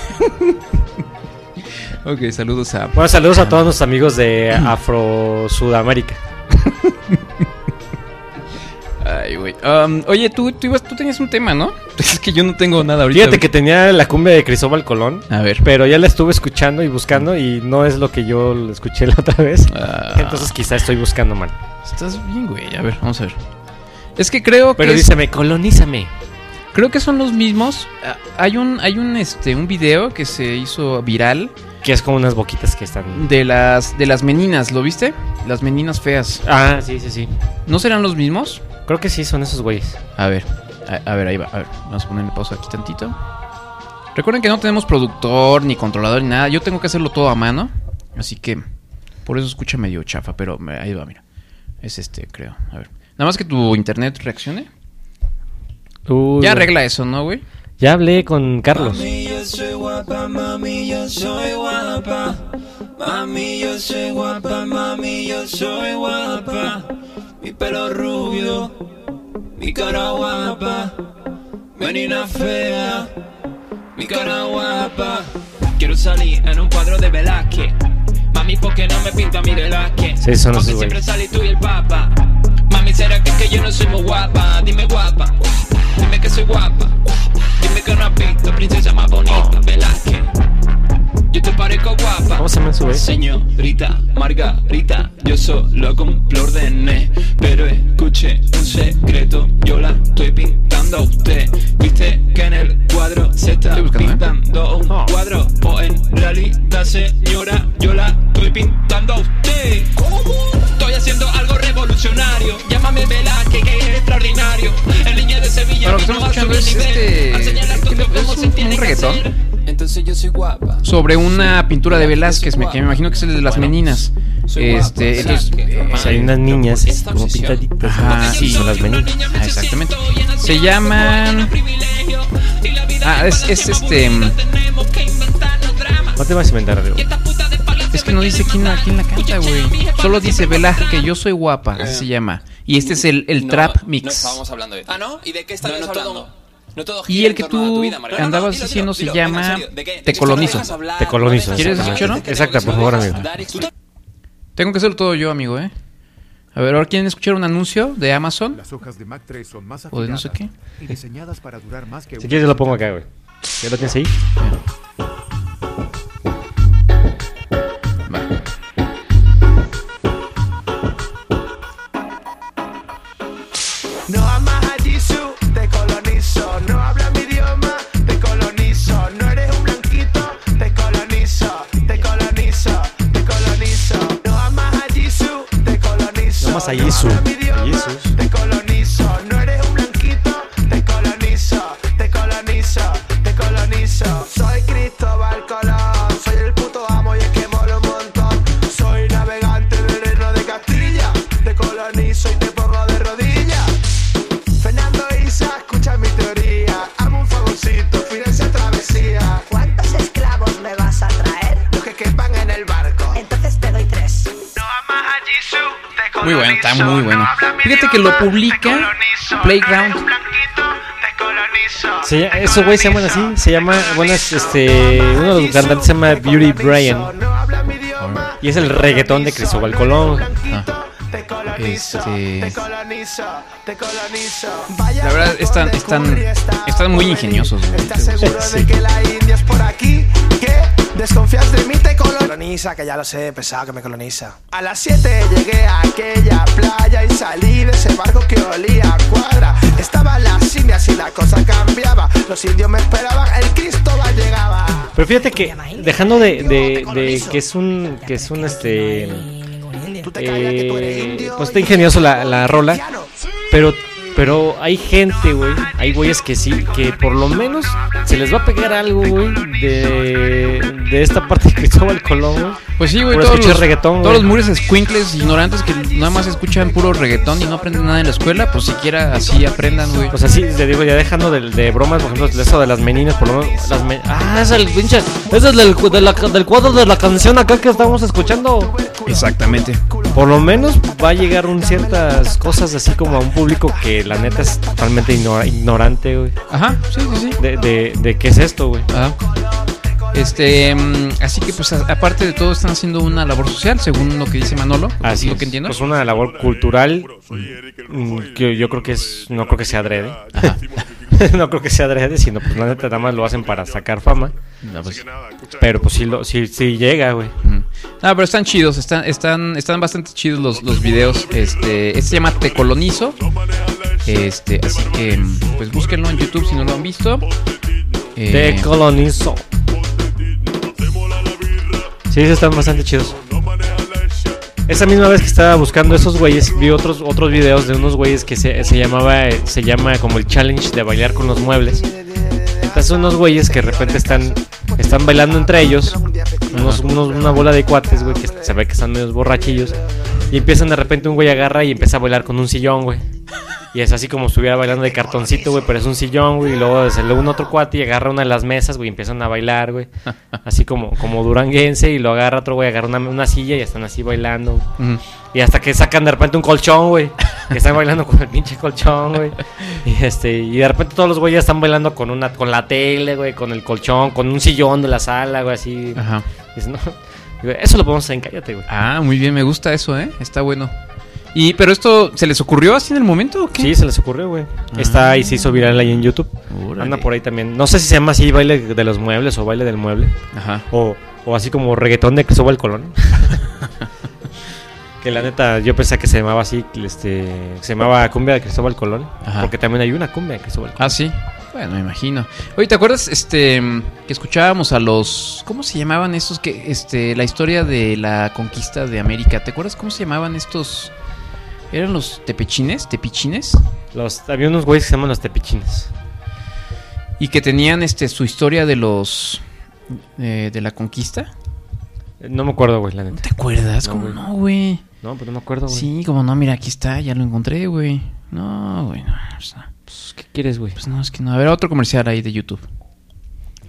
B: ok, saludos a...
E: bueno, saludos a todos nuestros amigos de Afro Sudamérica.
B: Ay, güey. Um, oye, tú, tú, ibas, tú tenías un tema, ¿no? Es que yo no tengo nada ahorita.
E: Fíjate que tenía la cumbia de Cristóbal Colón,
B: A ver.
E: pero ya la estuve escuchando y buscando y no es lo que yo lo escuché la otra vez.
B: Ah,
E: Entonces quizá estoy buscando mal.
B: Estás bien, güey. A ver, vamos a ver. Es que creo
E: Pero
B: que... es-
E: díseme, colonízame.
B: Creo que son los mismos. Ah, Hay un, hay un, este, un video que se hizo viral
E: Que es como unas boquitas que están...
B: de las, de las meninas, ¿lo viste? Las meninas feas.
E: Ah, sí, sí, sí.
B: ¿No serán los mismos?
E: Creo que sí, son esos güeyes.
B: A ver, a, a ver, ahí va. A ver, vamos a ponerle pausa aquí tantito. Recuerden que no tenemos productor, ni controlador, ni nada. Yo tengo que hacerlo todo a mano. Así que por eso escucha medio chafa, pero me- ahí va, mira. Es este, creo. A ver. Nada más que tu internet reaccione.
E: Uy,
B: Ya
E: güey.
B: arregla eso, ¿no, güey?
E: Ya hablé con Carlos.
G: Mi cara guapa. Quiero salir en un cuadro de Velázquez. Mami, ¿por qué no me pinta mi Velázquez?
E: Sí, son
G: Porque
E: esos
G: siempre
E: güeyes.
G: salí tú y el papa. Mami, ¿será que, es que yo no soy muy guapa? Dime guapa. Dime que soy guapa. Dime que no has visto princesa más bonita, Velázquez. Yo te parezco guapa.
E: ¿Cómo se llama su güey?
G: Señorita, Margarita, yo solo cumplo ordené. Pero escuche un secreto, yo la estoy pintando a usted. Viste que en el cuadro se está
B: Estoy buscando, ¿eh?
G: pintando un
E: Oh.
G: cuadro. O en realidad, señora, yo la estoy pintando a usted. Estoy haciendo algo revolucionario. Llámame Velázquez, que es extraordinario. En línea de Sevilla,
B: Ahora, lo que estamos
G: vino a
B: escuchando
G: subir
B: es
G: nivel.
B: este-
G: A señalar
B: creo
G: cómo-
B: que es
G: cómo se
B: un-
G: tiene
B: un
G: que
B: reggaetón.
G: hacer. Entonces yo soy guapa.
B: sobre una pintura de Velázquez, me- que me imagino que es el de las meninas. Este, entonces, eh,
E: O sea, hay unas niñas así como pintaditas.
B: Ajá,
E: ¿no?
B: sí.
E: Son las meninas.
B: Ah, exactamente. Se llaman. Ah, es, es este. mm,
E: No te vas a inventar, Rodrigo.
B: Es que no dice quién la, quién la canta, güey. Solo dice Velázquez, yo soy guapa, así se llama. Y este es el, el trap mix.
G: hablando de Ah, ¿no? ¿Y de qué estábamos hablando? no todo
B: Y el que tú andabas diciendo se llama Te colonizo.
E: Te colonizo.
B: ¿Quieres escucharlo?
E: Exacta, por favor, amigo.
B: Tengo que hacerlo todo yo, amigo, ¿eh? A ver, ¿ahora quieren escuchar un anuncio de Amazon?
H: Las hojas de Mac 3 son más
B: O de Pues, no sé qué.
H: y diseñadas para durar más que
E: Si quieres, yo lo pongo acá, güey. ¿Ya lo tienes ahí?
B: Va.
I: No amas a Jisoo, te colonizo. No hablas mi idioma, te colonizo. No eres un blanquito, te colonizo. Te colonizo, te colonizo. No amas a Jisoo, te colonizo.
E: No amas a Jisoo.
I: hablas mi idioma,
E: A Jesús.
I: Te colonizo. No eres un blanquito, te colonizo. Te colonizo, te colonizo. Soy Cristóbal Colón. Soy el puto amo y es que molo un montón. Soy navegante del reino de Castilla. Te colonizo y te pongo de rodillas. Fernando Isa, escucha mi teoría. Hazme un favorcito, financia travesía.
D: ¿Cuántos esclavos me vas a traer?
I: Los que quepan en el barco.
D: Entonces te doy tres.
B: Muy bueno, está muy bueno. Fíjate que lo publica Playground.
E: Se ll- esos güeyes se llaman así. Se llama, bueno, es, este. Uno de los cantantes se llama Beauty Bryan. Y es el reggaetón de Cristóbal Colón.
B: Ah. Este. La verdad, están, están, están muy ingeniosos.
I: ¿Estás seguro de que la India es por aquí? ¿Qué? ¿Desconfías de mí? Te coloniza, que ya lo sé, pesado que me coloniza. A las 7 llegué a aquella playa y salí de ese barco que olía a cuadra. Estaban las indias y la cosa cambiaba. Los indios me esperaban, el Cristóbal llegaba.
E: Pero fíjate que, dejando de, de, de que es un. Que es un este.
I: Tú te callas que tú eres
E: Eh,
I: indio.
E: pues está ingenioso la, la rola. Pero, pero hay gente, güey. Hay güeyes que sí, que por lo menos se les va a pegar algo, güey. De, de esta parte de Cristóbal Colón, güey.
B: Pues sí, güey,
E: Puro
B: todos
E: escuchar
B: los,
E: reggaetón, güey.
B: todos los mures escuincles ignorantes que nada más escuchan puro reggaetón y no aprenden nada en la escuela, pues siquiera así aprendan, güey.
E: O sea, sí, te digo, ya dejando de, de bromas, por ejemplo, eso de las meninas, por lo menos. Las me- ah, es el pinche. Ese es del, cu- de la- del cuadro de la canción acá que estábamos escuchando.
B: Exactamente.
E: Por lo menos va a llegar un ciertas cosas así como a un público que la neta es totalmente ignora- ignorante, güey.
B: Ajá, sí, sí, sí.
E: De, de, de qué es esto, güey.
B: Ajá. Este, mm, así que pues a- aparte de todo están haciendo una labor social, según lo que dice Manolo,
E: Así
B: lo
E: es.
B: que entiendo.
E: Pues una labor cultural mm, que yo creo que es, no creo que sea adrede. no creo que sea adrede, sino pues la neta nada más lo hacen para sacar fama.
B: No, pues,
E: Pero pues sí, lo, sí, sí llega, güey.
B: mm. Ah, pero están chidos, están, están, están bastante chidos los, los videos. Este, este se llama Te Colonizo. Este, así que mm, pues búsquenlo en YouTube si no lo han visto. Eh,
E: Te colonizo. Sí, esos están bastante chidos. Esa misma vez que estaba buscando esos güeyes, vi otros otros videos de unos güeyes que se, se llamaba eh, se llama como el challenge de bailar con los muebles. Entonces unos güeyes que de repente están están bailando entre ellos, unos, unos- una bola de cuates, güey, que se ve que están medios borrachillos y empiezan de repente un güey agarra y empieza a bailar con un sillón, güey. Y es así como estuviera bailando de cartoncito, güey, pero es un sillón, güey. Y luego se le un otro cuate y agarra una de las mesas, güey, y empiezan a bailar, güey. Así como, como duranguense y lo agarra otro, güey, agarra una, una silla y están así bailando. güey.
B: ujú.
E: Y hasta que sacan de repente un colchón, güey. Que están bailando con el pinche colchón, güey. Y, este, y de repente todos los güeyes están bailando con, una, con la tele, güey, con el colchón, con un sillón de la sala, güey, así.
B: Ajá.
E: Dices, no, digo, eso lo podemos hacer en Cállate, güey.
B: Ah, muy bien, me gusta eso, ¿eh? Está bueno. Y, pero esto, ¿se les ocurrió así en el momento o qué?
E: Sí, se les ocurrió, güey. Está ahí, se hizo viral ahí en YouTube.
B: Órale.
E: Anda por ahí también. No sé si se llama así baile de los muebles o baile del mueble.
B: Ajá.
E: O, o así como reggaetón de Cristóbal Colón. Que la neta, yo pensé que se llamaba así, este, se llamaba Cumbia de Cristóbal Colón.
B: Ajá.
E: Porque también hay una Cumbia de Cristóbal Colón.
B: Ah, sí. Bueno, me imagino. Oye, ¿te acuerdas este que escuchábamos a los ¿cómo se llamaban estos que este la historia de la conquista de América? ¿Te acuerdas cómo se llamaban estos? ¿Eran los tepechines? ¿Tepichines?
E: Los, había unos güeyes que se llaman los tepichines.
B: Y que tenían este su historia de los eh, de la conquista.
E: Eh, No me acuerdo, güey, la neta.
B: ¿Te acuerdas?
E: No,
B: ¿Cómo
E: güey.
B: no, güey?
E: No, pues no me acuerdo, güey.
B: Sí, como no, mira, aquí está, ya lo encontré, güey. No, güey, no, pues no.
E: Pues, ¿Qué quieres, güey?
B: Pues no, es que no. A ver, otro comercial ahí de YouTube.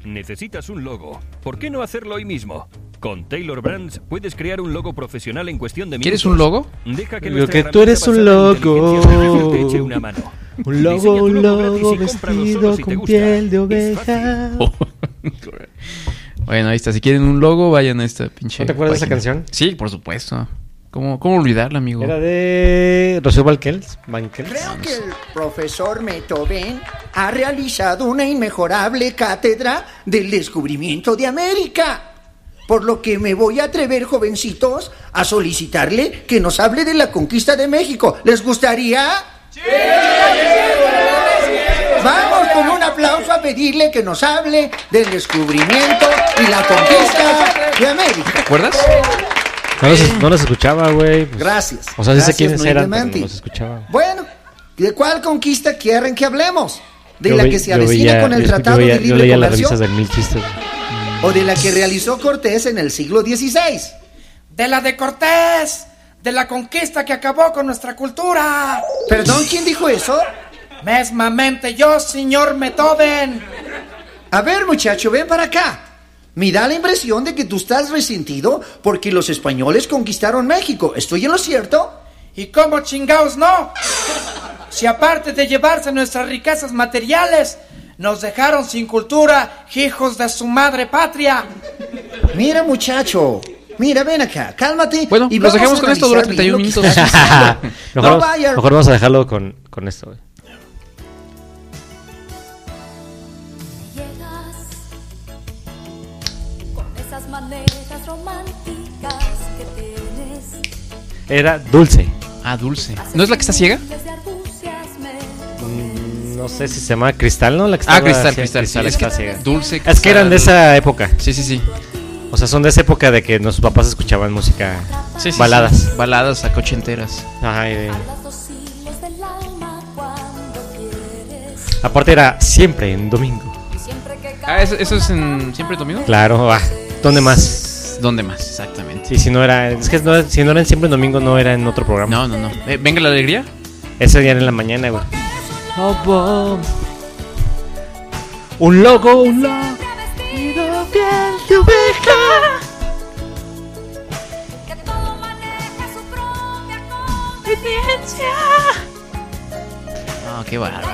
C: ¿Necesitas un logo? ¿Por qué no hacerlo hoy mismo? Con Taylor Brands puedes crear un logo profesional en cuestión de minutos.
B: ¿Quieres un
E: pues,
B: logo?
C: Deja que
E: Lo
C: nuestra
E: que tú eres un
C: herramienta basada en
E: loco.
C: inteligencia artificial te eche una mano.
J: Un
C: Diseña tu
J: logo, un
C: gratis
J: logo
C: y cómpralo solo
J: vestido
C: si te
J: con
C: gusta.
J: piel de
C: Es fácil.
J: oveja.
E: Oh.
B: Bueno, ahí está. Si quieren un logo, vayan a esta pinche.
E: ¿No te acuerdas de esa
B: página.
E: canción?
B: Sí, por supuesto. ¿Cómo, cómo olvidarla, amigo?
E: Era de Rocío Banquels. Banquels.
I: Creo que el profesor Beethoven ha realizado una inmejorable cátedra del descubrimiento de América. Por lo que me voy a atrever, jovencitos, a solicitarle que nos hable de la conquista de México. ¿Les gustaría? Vamos con un aplauso a pedirle que nos hable del descubrimiento y la conquista de América.
B: ¿Te acuerdas?
E: No los, no los escuchaba, güey. pues.
I: Gracias.
E: O sea, sí sé
I: Gracias,
E: quiénes
I: Noel
E: eran, pero
I: Diamanti.
E: no los escuchaba.
I: Bueno, ¿de cuál conquista quieren que hablemos? ¿De
E: Yo
I: la
E: ve-
I: que se
E: yo
I: avecina
E: veía-
I: con el
E: yo- yo
I: Tratado
E: veía-
I: de
E: Yo
I: Libre
E: leía las
I: Comercio?
E: revistas del mil chistes. güey.
I: ¿O de la que realizó Cortés en el siglo XVI?
K: De la de Cortés, de la conquista que acabó con nuestra cultura.
I: Perdón, ¿quién dijo eso?
K: Mesmamente yo, señor Beethoven.
I: A ver, muchacho, ven para acá. Me da la impresión de que tú estás resentido porque los españoles conquistaron México. ¿Estoy en lo cierto?
K: ¿Y cómo chingaos no? Si aparte de llevarse nuestras riquezas materiales, nos dejaron sin cultura, hijos de su madre patria.
I: Mira, muchacho. Mira, ven acá, cálmate.
B: Bueno,
I: y
B: los
I: vamos
B: dejamos
I: a
B: con esto, dura
I: analizar bien
B: 31
I: lo que
B: minutos.
I: estás diciendo. No
E: Ah, mejor,
I: vaya.
E: mejor vamos a dejarlo con, con esto, güey.
D: llegas con esas maneras románticas que tienes.
E: Era Dulce.
B: Ah, Dulce. ¿No es la que está ciega?
D: Desde argucias me
E: Mm, No sé si se llamaba Cristal, ¿no? La que
B: Ah,
E: estaba
B: Cristal,
E: ciega,
B: Cristal, sí, es
E: está
B: que-
E: ciega.
B: Dulce,
E: Es que eran de
B: Cristal.
E: esa época.
B: Sí, sí, sí.
E: O sea, son de esa época de que nuestros papás escuchaban música.
B: Sí, sí,
E: baladas.
B: sí. Baladas a cochenteras.
E: Ajá, y de-
D: hablas los hilos del alma cuando quieres.
E: Aparte era siempre en domingo.
D: Y siempre que
B: Ah, ¿eso, eso es en siempre domingo?
E: Claro, ah, ¿dónde más?
B: ¿Dónde más? Exactamente.
E: Y si no era, es que no- si no era en siempre en domingo, no era en otro programa.
B: No, no, no. Eh, ¿Venga la alegría?
E: Ese día era en la mañana, güey. Un logo, un logo.
D: que todo maneja su propia
B: No, qué bárbaro.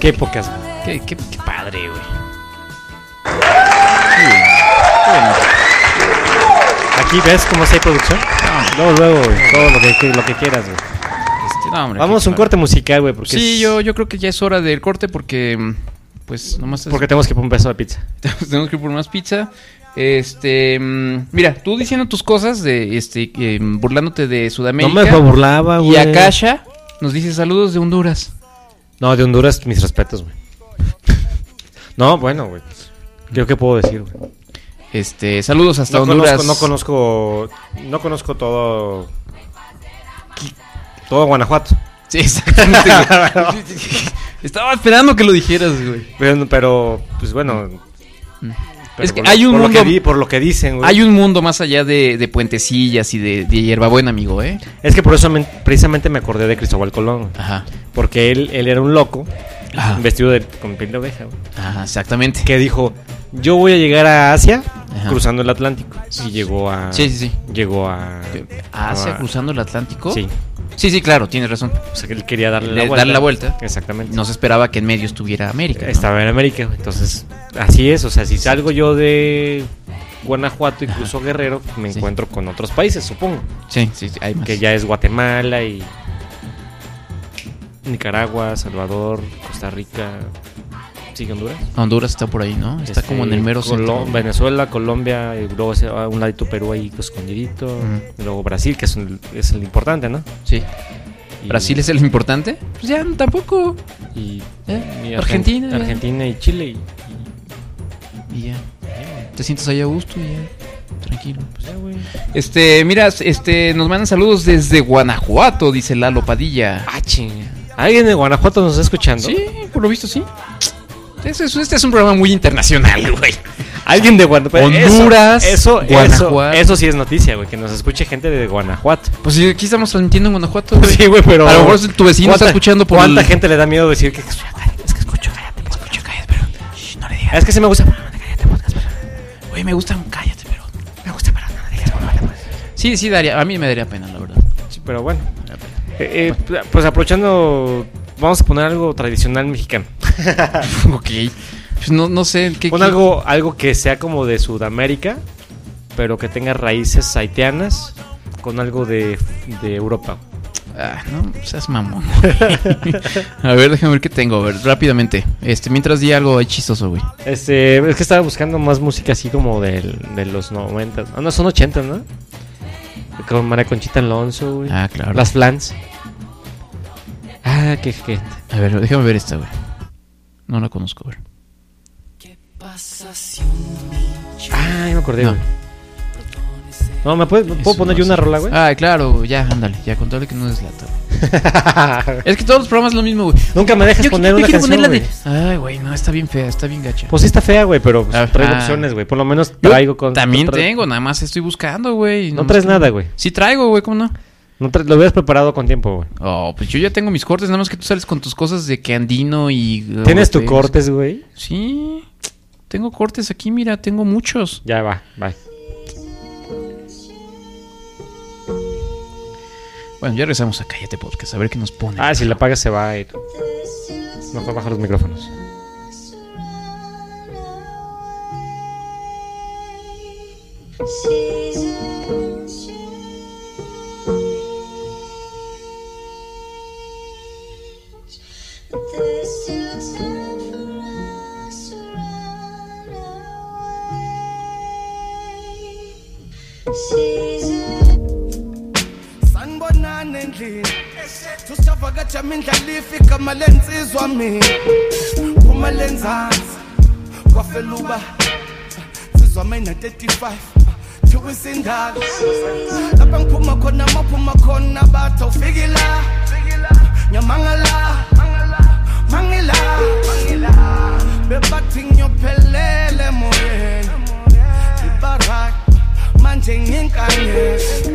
E: Qué pocas, güey.
B: Qué, qué, qué padre, güey.
E: Aquí ves cómo se hay producción. Luego, luego, güey. Todo lo que, que- lo que quieras, güey.
B: Este, no, hombre,
E: Vamos
B: qué
E: a un
B: padre.
E: corte musical, güey. Porque
B: Sí,
E: es-
B: yo, yo creo que ya es hora del corte porque, mm, pues, nomás es-
E: Porque tenemos que poner un pedazo de pizza.
B: tenemos que ir por más pizza. Este, mm, mira, tú diciendo tus cosas de, este, eh, burlándote de Sudamérica.
E: No me burlaba, güey.
B: Y Akasha nos dice saludos de Honduras.
E: No, de Honduras, mis respetos, güey. No, bueno, güey. Yo qué puedo decir, güey.
B: Este, saludos hasta
E: No
B: Honduras.
E: conozco, no conozco, no conozco todo, todo Guanajuato.
B: Sí, exactamente. güey. Estaba esperando que lo dijeras, güey.
E: Pero, pero, pues bueno. pero
B: Mm. Es que
E: por lo-
B: hay un
E: por Lo que
B: mundo-
E: di- por lo que dicen, güey.
B: Hay un mundo más allá de, de puentecillas y de, de hierbabuena, amigo, ¿eh?
E: Es que por eso me- precisamente me acordé de Cristóbal Colón. güey.
B: Ajá,
E: Porque él, él era un loco,
B: Ajá.
E: vestido de, con piel de oveja, güey,
B: ajá, exactamente.
E: que dijo, yo voy a llegar a Asia
B: Ajá.
E: cruzando el Atlántico. Y llegó a...
B: Sí, sí, sí.
E: Llegó a...
B: ¿Hacia
E: a-
B: Ah, cruzando el Atlántico?
E: Ah. Sí.
B: Sí, sí, claro, tienes razón.
E: O sea, que él quería darle la
B: Le-
E: vuelta.
B: darle la vuelta.
E: Exactamente.
B: No se esperaba que en medio estuviera América. ¿no?
E: Estaba en América, güey, entonces... Así es, o sea, si salgo yo de Guanajuato y cruzo Guerrero, me
B: Sí.
E: encuentro con otros países, supongo.
B: Sí, sí, sí, hay más.
E: Que ya es Guatemala y... Nicaragua, Salvador, Costa Rica... sigue Honduras.
F: Honduras está por ahí, ¿no? Está
E: Este,
F: como en el mero
E: Colo-
F: centro.
E: Venezuela, Colombia, y luego se va a un ladito Perú ahí escondidito.
F: Ujú.
E: y Luego Brasil, que es el, es el importante, ¿no?
F: Sí. ¿Brasil es el importante? Pues ya tampoco.
E: Y,
F: ¿Eh?
E: y Argen-
F: Argentina, ya.
E: Argentina y Chile. y-
F: Y ya. Te sientes ahí a gusto y ya. Tranquilo. pues.
B: Este, mira, este, nos mandan saludos desde Guanajuato, dice Lalo Padilla.
E: Ah, chinga. ¿Alguien de Guanajuato nos está escuchando?
B: Sí, por lo visto sí. Este es, este es un programa muy internacional, güey.
E: Alguien de Guanajuato.
B: Honduras,
E: Eso, eso, eso,
B: Guanajuato.
E: eso sí es noticia, güey. Que nos escuche gente de Guanajuato.
B: Pues sí, aquí estamos transmitiendo en Guanajuato, güey.
E: Sí, güey, pero.
B: A lo mejor es tu vecino
E: ¿Cuánta-
B: está escuchando por
E: ¿Cuánta
B: el-
E: gente le da miedo decir que. Es que escucho, cállate, escucho, cállate, pero. no le digas. Es que se me gusta.
F: este Oye, me gusta un cállate, pero me gusta para nada. digas, bueno, vale, pues. Sí, sí, daría, a mí me daría pena, la verdad.
E: Sí, pero bueno. Eh, eh, Pues aprovechando. Vamos a poner algo tradicional mexicano.
B: ok. Pues no, no sé. ¿qué,
E: Pon
B: qué-
E: algo, algo que sea como de Sudamérica, pero que tenga raíces haitianas con algo de, de Europa.
F: Ah, no seas mamón. A ver, déjame ver qué tengo, a ver, rápidamente. Este, mientras di algo ahí chistoso, güey.
E: Este, es que estaba buscando más música así como del- de los 90. Ah, no, son 80, ¿no? Con María Conchita Alonso, güey.
F: Ah, claro.
E: Las Flans. Ah, qué gente.
F: A ver, déjame ver esta, güey. No la conozco, güey.
E: Ah, ya me acordé,
F: No.
E: güey. No, ¿me puedes, ¿puedo
F: Eso
E: poner
F: no
E: yo una
F: sé.
E: rola, güey?
F: Ah, claro, ya, ándale, ya, con tal de que no deslata. güey. es que todos los programas es lo mismo, güey.
E: Nunca me dejas
F: Yo-
E: poner
F: yo
E: una
F: quiero
E: canción,
F: poner la de- Ay, güey, no, está bien fea, está bien gacha.
E: Pues sí está fea, güey, pero pues,
F: Ajá.
E: traigo opciones, güey. Por lo menos traigo con.
F: También
E: tra-
F: tengo, nada más estoy buscando, güey.
E: No
F: Nomás
E: traes
F: que-
E: nada, güey.
F: Sí traigo, güey, ¿cómo no?
E: No tra- lo habías preparado con tiempo, güey.
F: Oh, pues yo ya tengo mis cortes, nada más que tú sales con tus cosas de que andino y... oh,
E: ¿Tienes tu cortes, güey?
F: Sí, tengo cortes aquí, mira, tengo muchos.
E: Ya va, va.
F: Bueno, ya regresamos a Cállate Podcast, a ver qué nos pone.
E: Ah, si la apagas se va a ir. Mejor baja los micrófonos.
I: sanibonane endlini tushavakaja mindlala ifika malenzi izwa mina kuma le nzansi kwafela uba sizwa mina 35 thiwisa indalo lapha ngiphuma khona maphuma khona batha ufiki la nyamangala mangila bebathi ngiyophelele emoyeni ibarak manje nginkanyezi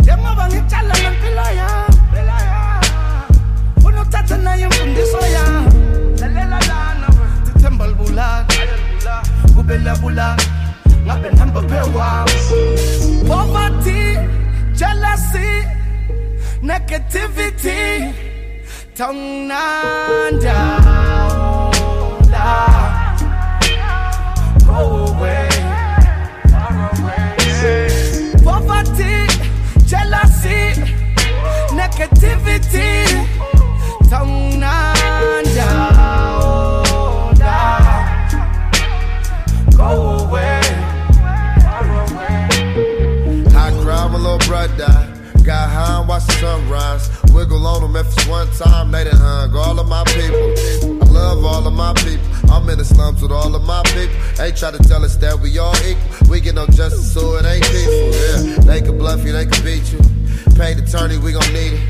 I: njengoba ngitshala ngempilo yami unothatha naye imfundiso yami lalela lana sithemba libulaka kube labulaka ngabe namba phekwami poverty jealousy negativity tanginanda Go away, far away. Poverty, jealousy, negativity. Tanginanda, go away, far away.
H: I grind my little brother. Got high and watch the sunrise. Wiggle on them if it's one time. They done hung all of my people. I love all of my people. I'm in the slums with all of my people. They try to tell us that we all equal. We get no justice, so it ain't peaceful. Yeah, they can bluff you, they can beat you. Paid attorney, we gon' need it.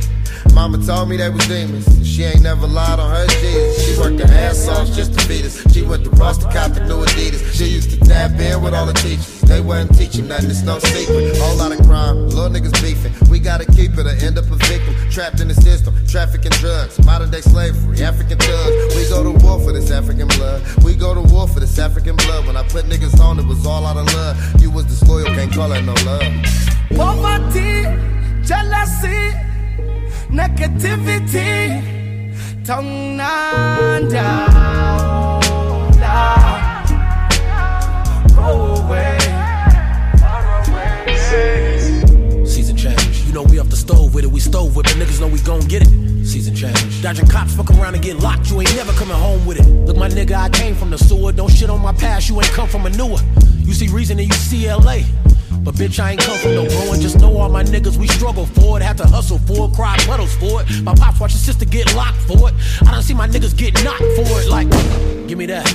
H: Mama told me they was demons. She ain't never lied on her Jesus. She worked her ass off just to beat us. She went to Ross to cop the new Adidas. She used to tap in with all the teachers. They wasn't teaching nothing, it's no secret. Whole lot of crime, little niggas beefing. We gotta keep it or end up a victim. Trapped in the system, trafficking drugs. Modern day slavery, African thugs. We go to war for this African blood. We go to war for this African blood. When I put niggas on, it was all out of love. You was disloyal, can't call it no love.
I: Poverty, jealousy, negativity, tanginanda. Go away, far away.
L: Season change. You know we off the stove with it. We stove with it. Niggas know we gon' get it. Season change. Dodging cops, fuck around and get locked. You ain't never coming home.
G: I came from the sewer. Don't shit on my past, you ain't come from a newer. You see reason and you see LA. But bitch, I ain't come from no ruin. Just know all my niggas, we struggle for it. Have to hustle for it, cry puddles for it. My pops watch his sister get locked for it. I done see my niggas get knocked for it. Like, give me that.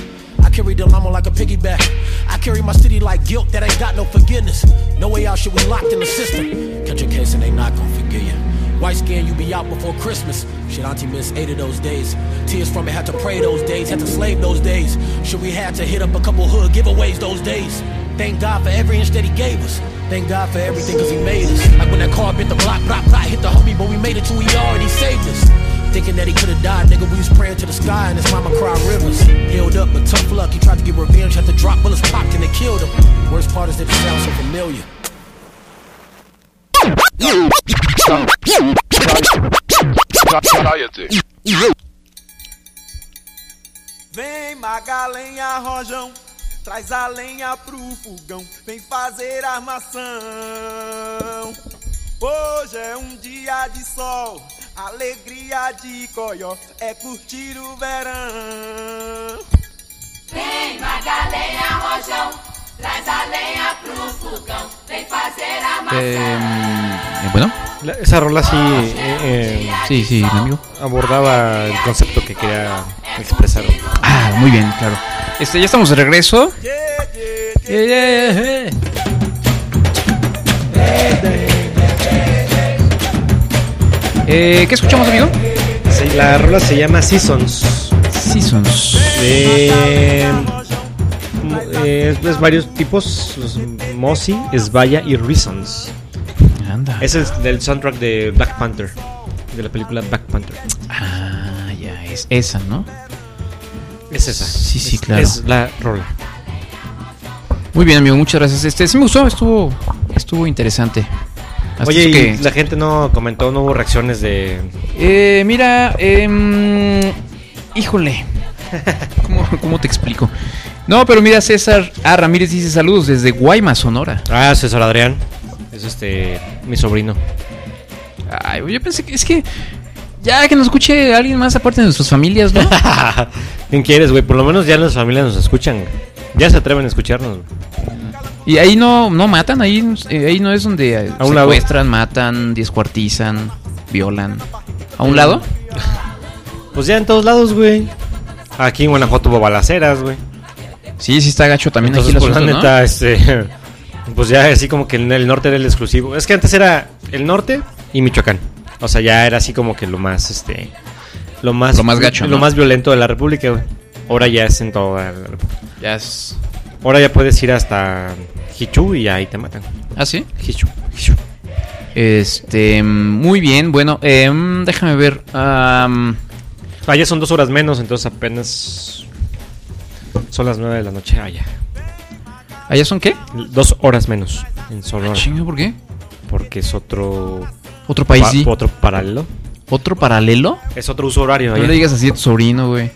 G: I carry the llama like a piggyback. I carry my city like guilt that ain't got no forgiveness. No way out shit, we locked in the system. Catch a case and they not gonna forgive you. White skin, you be out before Christmas. Shit, Auntie missed eight of those days. Tears from it, had to pray those days, had to slave those days. Shit, we had to hit up a couple hood giveaways those days. Thank God for every inch that He gave us. Thank God for everything, cause He made us. Like when that car bit the block, block, block, hit the homie, but we made it to ER and He saved us. Thinking that he could've died, nigga, we was praying to the sky and his mama cried rivers. Healed up, but tough luck, he tried to get revenge, had to drop bullets, popped and they killed him. Worst part is that it sounds so familiar.
C: Vem magalenha rojão, traz a lenha pro fogão, vem fazer armação. Hoje é um dia de sol, alegria de coió, é curtir o verão.
M: Vem, Magalhães Rojão, traz a lenha pro fogão, vem fazer a
B: Eh, bueno.
E: La- esa rola sí, eh, eh,
B: Sí, sí, mi amigo.
E: abordaba el concepto que quería expresar.
B: Ah, muy bien, claro.
N: Este, ya estamos de regreso. Eh, ¿Qué escuchamos, amigo?
E: Sí, la rola se llama Seasons. Eh,
B: Seasons.
E: mm, es, es varios tipos: los Mossy, Svaya y Reasons.
B: Anda.
E: Es el del soundtrack de Black Panther, de la película Black Panther.
B: Ah, ya, es esa, ¿no?
E: Es esa.
B: Sí, sí,
E: Es-
B: claro.
E: Es la rola.
B: Muy bien, amigo, muchas gracias. Este, sí me gustó, estuvo, estuvo interesante. Hasta
E: Oye,
B: eso
E: y
B: que-
E: la gente no comentó, no hubo reacciones de.
B: Eh, mira, em, híjole. ¿Cómo, cómo te explico? No, pero mira, César A. Ramírez dice saludos desde Guaymas, Sonora.
E: Ah, César Adrián. Es este. Mi sobrino.
B: Ay, yo pensé que es que ya que nos escuche alguien más aparte de nuestras familias, ¿no?
E: ¿Quién quieres, güey? Por lo menos ya las familias nos escuchan. Ya se atreven a escucharnos.
B: y ahí no, no matan, ahí, eh, ahí no es donde eh,
E: A un lado.
B: secuestran, matan, descuartizan, violan. ¿A un lado?
E: Pues ya en todos lados, güey. Aquí en Guanajuato hubo balaceras, güey.
B: Sí, sí está gacho también
E: Entonces,
B: aquí el
E: pues, la
B: asunto, ¿no?
E: neta, este, pues ya así como que en el norte era el exclusivo. Es que antes era el norte y Michoacán. O sea, ya era así como que lo más, este, lo más,
B: Lo más gacho,
E: lo
B: ¿no?
E: más violento de la República. güey. Ahora ya es en toda la República.
B: Ya es-
E: Ahora ya puedes ir hasta Hichú y ahí te matan.
B: ¿Ah, sí?
E: Hichu.
B: Este, mm, muy bien, bueno, em, déjame ver. am,
E: Allá Ah, son dos horas menos, entonces apenas son las nueve de la noche allá.
B: ¿Allá son qué?
E: Dos horas menos en Sonora.
B: Ah, chinga, ¿por qué?
E: Porque es otro...
B: ¿Otro país, sí?
E: Otro paralelo.
B: ¿Otro paralelo?
E: Es otro uso horario
B: No
E: allá.
B: le digas así a tu sobrino, güey.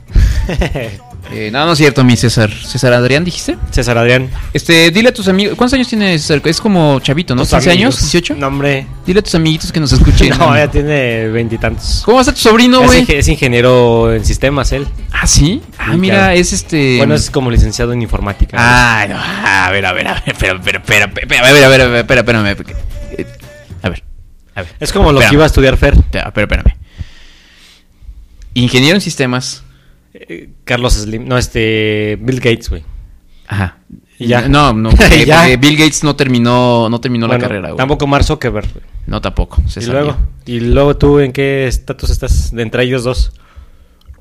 B: Eh, no, no es cierto, mi César. ¿César Adrián dijiste?
E: César Adrián.
B: Este, dile a tus amigos. ¿Cuántos años tiene César? Es como chavito, ¿no?
E: Tus
B: ¿15 años?
E: amigos.
B: ¿18?
E: No, hombre.
B: Dile a tus amiguitos que nos escuchen.
E: No, ya tiene veintitantos.
B: ¿Cómo está tu sobrino,
E: Es,
B: güey?
E: inge- es ingeniero en sistemas, él.
B: Ah, sí. Ah,
E: Sí,
B: mira,
E: claro.
B: es este.
E: Bueno, es como licenciado en informática.
B: Ay, no. A ver, a ver, a ver. Espera, espera, espera, espera, espera, espera, espera, espérame, porque- eh, A ver, a ver.
E: Es como lo que
B: Espérame.
E: iba a estudiar Fer.
B: Espera, espera, espérame. Ingeniero en sistemas.
E: Eh, Carlos Slim. No, este. Bill Gates, güey.
B: Ajá.
E: Y ya.
B: No, no.
E: Y
B: Porque,
E: ya.
B: porque Bill Gates no terminó, no terminó
E: Bueno,
B: la carrera, güey.
E: Tampoco Mark Zuckerberg. güey.
B: No, tampoco. se
E: Y
B: sabía.
E: luego. Y luego tú, ¿en qué estatus estás de entre ellos dos?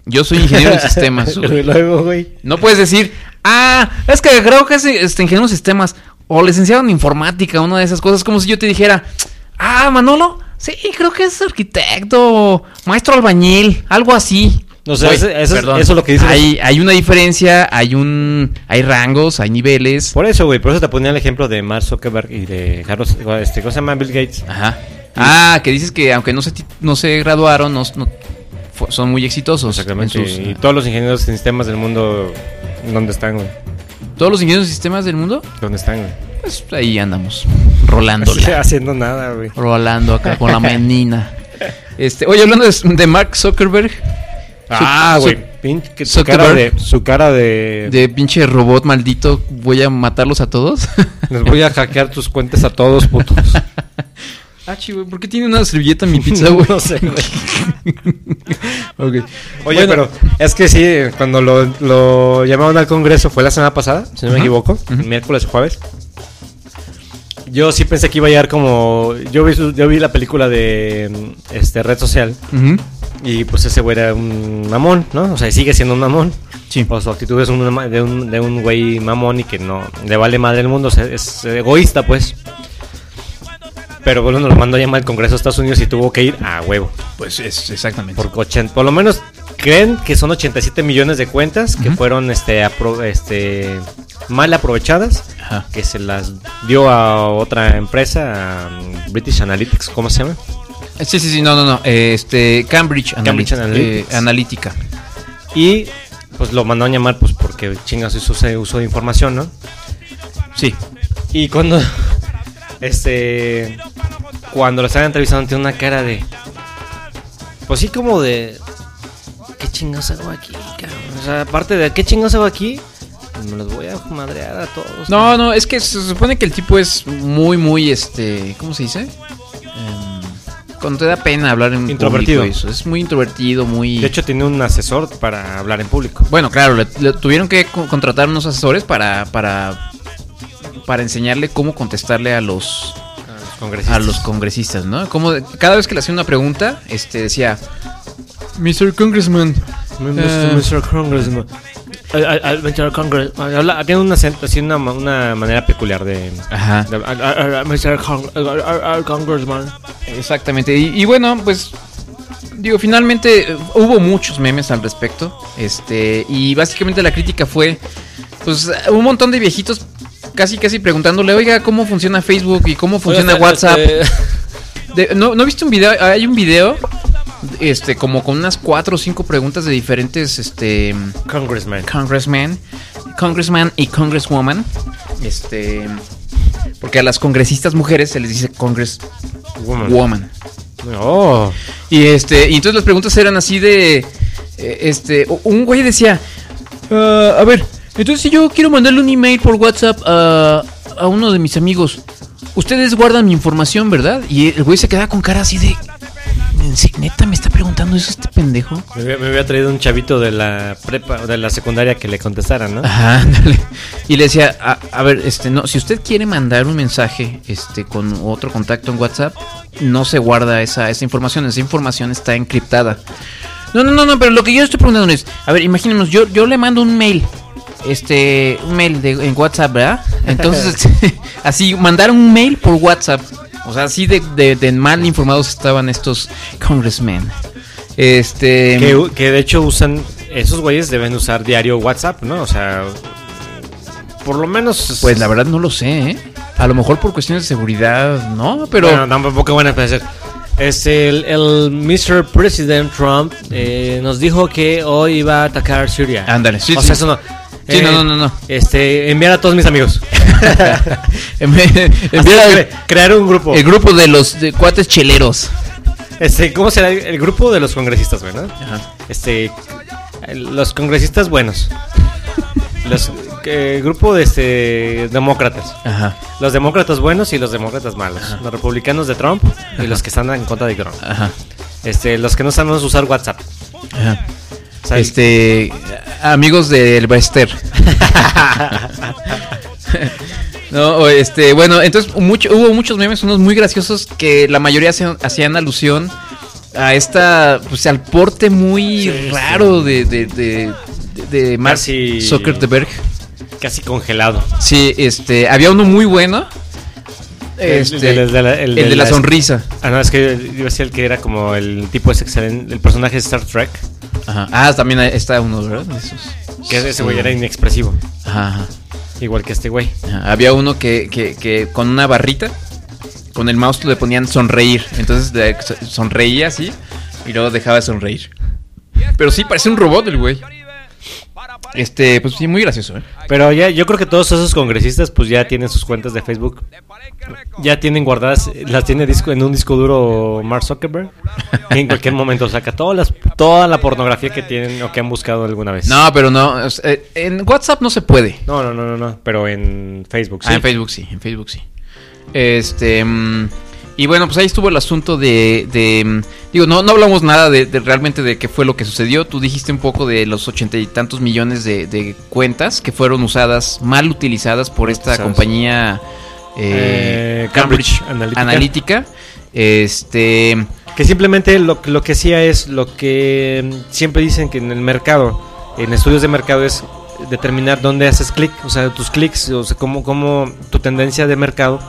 B: Yo soy ingeniero en sistemas,
E: y
B: güey.
E: luego, güey.
B: No puedes decir, ah, es que creo que es este, ingeniero en sistemas o licenciado en informática, una de esas cosas. Como si yo te dijera, ah, Manolo, sí, creo que es arquitecto, maestro albañil, algo así.
E: No sé,
B: Güey,
E: ese- eso es-
B: perdón.
E: eso es lo que dicen los-
B: Hay, hay una diferencia, hay un, hay rangos, hay niveles.
E: Por eso, güey. Por eso te ponía el ejemplo de Mark Zuckerberg y de Carlos. Este, ¿Cómo se llama? Bill Gates.
B: Ajá. Ah, que dices que aunque no se, ti- no se graduaron, no, no- fu- son muy exitosos.
E: Exactamente.
B: en sus-
E: y todos los ingenieros en sistemas del mundo, ¿dónde están, güey?
B: Todos los ingenieros de sistemas del mundo,
E: ¿Dónde están, güey?
B: pues ahí andamos,
E: No estoy
B: rolándole.
E: haciendo nada, güey.
B: Rolando acá con la menina. Este, oye, hablando de, de Mark Zuckerberg,
E: Ah, güey. pinche- que Su cara de. Su cara de.
B: De pinche robot maldito, voy a matarlos a todos.
E: Les voy a hackear tus cuentas a todos, putos.
B: Ah, chi, güey, ¿por qué tiene una servilleta en mi pizza, güey?
E: No sé, güey.
B: Ok.
E: Oye,
B: Bueno.
E: pero es que sí, cuando lo, lo llamaron al Congreso fue la semana pasada, si no me
O: Ujú.
E: equivoco, miércoles o jueves. Yo sí pensé que iba a llegar como. Yo vi, su- yo vi la película de mm, este Red Social
B: Ujú.
E: y pues ese güey era un mamón, ¿no? O sea, sigue siendo un mamón. O su actitud es un ma- de, un, de un güey mamón y que no le vale madre el mundo, o sea, es egoísta, pues. Pero bueno, nos lo mandó a llamar al Congreso de Estados Unidos y tuvo que ir a huevo.
B: Pues es exactamente.
E: Por, por lo menos creen que son 87 millones de cuentas que fueron este, apro- este mal aprovechadas, que se las dio a otra empresa, a mm, British Analytics, ¿cómo se llama?
B: Sí, sí, sí, no, no, no. eh, Este, Cambridge,
E: Cambridge
B: Analy-
E: Analytics.
B: eh, Analytica.
E: Y pues lo mandaron llamar pues porque chingas hizo ese uso de información, ¿no?
B: Sí.
E: Y cuando este cuando lo estaban entrevistando tiene una cara de pues sí como de qué chingados hago aquí, cabrón? O sea, aparte de qué chingados hago aquí, Pues, me los voy a madrear a todos.
B: No, no, es que se supone que el tipo es muy, muy, este, ¿cómo se dice? Em, cuando te da pena hablar en
E: Introvertido.
B: público, eso, Es muy introvertido, muy...
E: De hecho tiene un asesor para hablar en público.
B: Bueno, claro, le, le tuvieron que co- contratar unos asesores para, para, para enseñarle cómo contestarle a los, a los
E: congresistas.
B: congresistas, ¿no? Como de- cada vez que le hacían una pregunta, este decía, Mr. Congressman. eh,
E: Mr. Congressman. Mr. Congressman. Habla- Tiene un acento, así una, ma- una manera peculiar de.
B: Ajá.
E: de- ah, ah, ah, Mr. Cong- ah, ah, ah, Congressman.
B: Exactamente. Y, y bueno, pues digo, finalmente eh, hubo muchos memes al respecto. Este, y básicamente la crítica fue pues un montón de viejitos casi casi preguntándole, "Oiga, ¿cómo funciona Facebook y cómo funciona
O: este-
B: WhatsApp?"
O: este-
B: De- ¿no, ¿No viste un video? Hay un video este como con unas cuatro o cinco preguntas de diferentes este
E: congressman
B: congressman congressman y congresswoman este porque a las congresistas mujeres se les dice congresswoman
E: Oh.
B: y este, y entonces las preguntas eran así de. eh, Este, u- un güey decía. "Ah, a ver, entonces si yo quiero mandarle un email por WhatsApp a, a uno de mis amigos, ustedes guardan mi información, ¿verdad? Y el güey se queda con cara así de. "¿En se- ¿Neta me está preguntando eso este pendejo?
E: Me había, me había traído un chavito de la prepa, de la secundaria que le contestara, ¿no?
B: Ajá, ándale. Y le decía, a, a ver, este, no, si usted quiere mandar un mensaje, este, con otro contacto en WhatsApp, no se guarda esa, esa información, esa información está encriptada. No, no, no, no, pero lo que yo estoy preguntando es, a ver, imaginemos, yo, yo le mando un mail, este, un mail de, en WhatsApp, ¿verdad? Entonces, así, mandar un mail por WhatsApp. O sea, así de, de- de mal informados estaban estos congressmen. Este...
E: Que, u- que de hecho usan. Esos güeyes deben usar diario WhatsApp, ¿no? O sea. Por lo menos.
B: Pues la verdad no lo sé, ¿eh? A lo mejor por cuestiones de seguridad, no, pero...
E: Bueno, tampoco van a pensar. Es el, el Mr. President Trump eh, nos dijo que hoy iba a atacar Siria.
B: Ándale, sí,
E: O
B: sí.
E: sea, eso no. Eh,
B: Sí, no, no, no, no.
E: Este, enviar a todos mis amigos.
B: enviar a-
E: Cre- crear un grupo.
B: El grupo de los de cuates cheleros.
E: Este, ¿cómo será el, el grupo de los congresistas, güey, no? Este, los congresistas buenos. Los eh, grupo de este demócratas.
B: Ajá.
E: Los demócratas buenos y los demócratas malos. Los republicanos de Trump y los que están en contra de Trump.
B: Ajá.
E: Este, los que no saben usar WhatsApp.
B: Ajá.
E: O sea,
B: Este, amigos del Bester. no, o este, bueno, entonces mucho- hubo muchos memes, unos muy graciosos que la mayoría hacían, hacían alusión a esta, pues al porte muy raro de, de, de, de- de Mark
E: Casi-
B: Zuckerberg.
E: Casi congelado.
B: Sí, este, había uno muy bueno. Este,
E: el, de la,
B: el de la sonrisa.
E: Ah, no, es que iba a decir el que era como el tipo es excelente, el personaje de Star Trek.
B: Ajá. Ah, también está uno, ¿verdad? De esos.
E: Que ese
B: Sí.
E: güey era inexpresivo.
B: Ajá, ajá.
E: Igual que este güey.
B: Ajá, Había uno que, que- que con una barrita, con el mouse le ponían sonreír. Entonces le so- sonreía así y luego dejaba de sonreír. Pero sí, parece un robot el güey. Este, pues sí, muy gracioso, ¿eh?
E: Pero ya, yo creo que todos esos congresistas, pues ya tienen sus cuentas de Facebook. Ya tienen guardadas, las tiene disco, en un disco duro Mark Zuckerberg. Y en cualquier momento saca todas las, toda la pornografía que tienen o que han buscado alguna vez.
B: No, pero no. o sea, eh, en WhatsApp no se puede.
E: No, no, no, no, no, Pero en Facebook sí.
B: Ah, en Facebook sí, en Facebook sí. Este. mm, Y bueno, pues ahí estuvo el asunto de. de, mm, digo, no, no hablamos nada de, de realmente de qué fue lo que sucedió. Tú dijiste un poco de los ochenta y tantos millones de, de cuentas que fueron usadas, mal utilizadas por esta
E: Utilizadas.
B: compañía. eh,
E: Eh, Cambridge Analytica.
B: Analytica. Este.
E: Que simplemente lo, lo que hacía es lo que mm, siempre dicen que en el mercado, en estudios de mercado es determinar dónde haces clic, o sea, tus clics, o sea, cómo, cómo tu tendencia de mercado,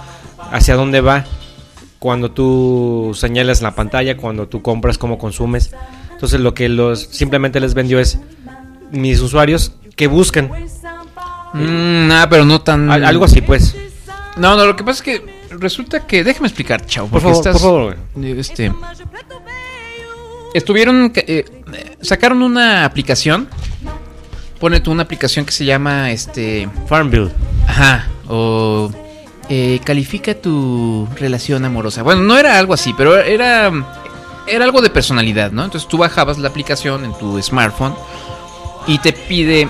E: hacia dónde va cuando tú señalas la pantalla, cuando tú compras, cómo consumes. Entonces lo que los simplemente les vendió es mis usuarios que buscan.
B: mm, nada, pero no tan...
E: algo así, pues.
B: No, no, lo que pasa es que resulta que. Déjame explicar, chao.
E: Por
B: porque
E: favor,
B: estás-
E: por favor.
B: Este. Estuvieron. ca- eh, sacaron una aplicación. Pone tú una aplicación que se llama este.
E: Farmville.
B: Ajá. O. eh, califica tu relación amorosa. Bueno, no era algo así, pero era. Era algo de personalidad, ¿no? Entonces tú bajabas la aplicación en tu smartphone y te pide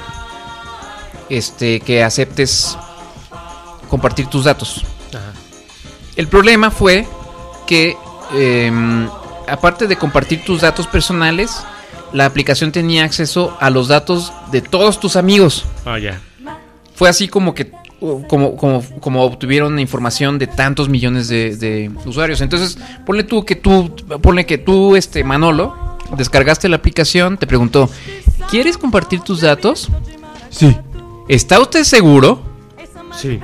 B: este que aceptes compartir tus datos. El problema fue que, eh, aparte de compartir tus datos personales, la aplicación tenía acceso a los datos de todos tus amigos.
E: Ah, ya.
B: Fue así como que como, como, como obtuvieron información de tantos millones de, de usuarios. Entonces, ponle tú que tú, ponle que tú, este Manolo, descargaste la aplicación, te preguntó, ¿quieres compartir tus datos? Sí. ¿Está usted seguro?
E: Sí.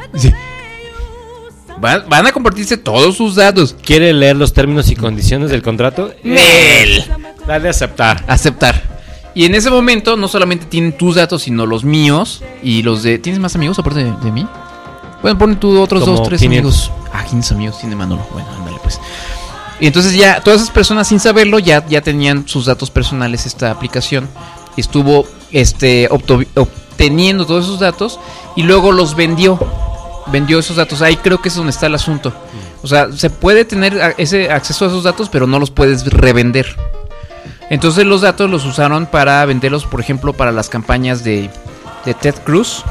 B: Van, van a compartirse todos sus datos.
E: ¿Quiere leer los términos y condiciones del contrato?
B: ¡Nel!
E: Dale a aceptar.
B: Aceptar. Y en ese momento no solamente tienen tus datos, sino los míos y los de... ¿Tienes más amigos aparte de, de mí? Bueno, pon tú otros
F: Como
B: dos, tres
F: 500.
B: amigos. Ah, 500 amigos tiene Manolo. Bueno, ándale pues. Y entonces ya todas esas personas sin saberlo ya, ya tenían sus datos personales esta aplicación. Estuvo este, obto- obteniendo todos esos datos y luego los vendió. Vendió esos datos. Ahí creo que es donde está el asunto. O sea, se puede tener a- ese acceso a esos datos, pero no los puedes revender. Entonces los datos los usaron para venderlos, por ejemplo, para las campañas de, de Ted Cruz,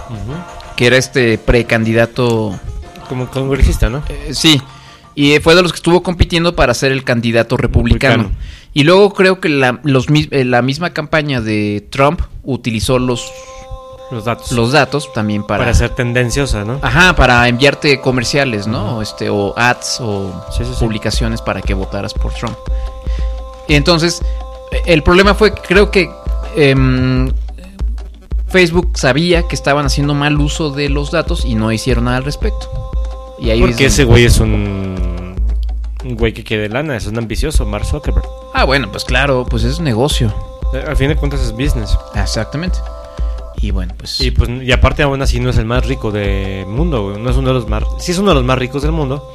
B: que era este precandidato
E: como congresista, ¿no?
B: Eh, sí. Y eh, fue de los que estuvo compitiendo para ser el candidato republicano. Y luego creo que la, los, mis- eh, la misma campaña de Trump utilizó los,
E: los datos.
B: Los datos también para,
E: Para Ah, ser tendenciosa, ¿no?
B: Ajá, para enviarte comerciales, ¿no? O Este, o ads o publicaciones para que votaras por Trump. Y entonces, eh, el problema fue, que creo que em, Facebook sabía que estaban haciendo mal uso de los datos y no hicieron nada al respecto. Y ahí
E: Porque
B: es donde-
E: ese güey es un, un güey que quiere lana, es un ambicioso, Mark Zuckerberg.
B: Ah, bueno, pues claro, pues es negocio.
E: Eh, Al fin de cuentas es business.
B: Exactamente. Y bueno, pues.
E: Y pues y aparte aún así no es el más rico del mundo, güey. No es uno de los más sí es uno de los más ricos del mundo,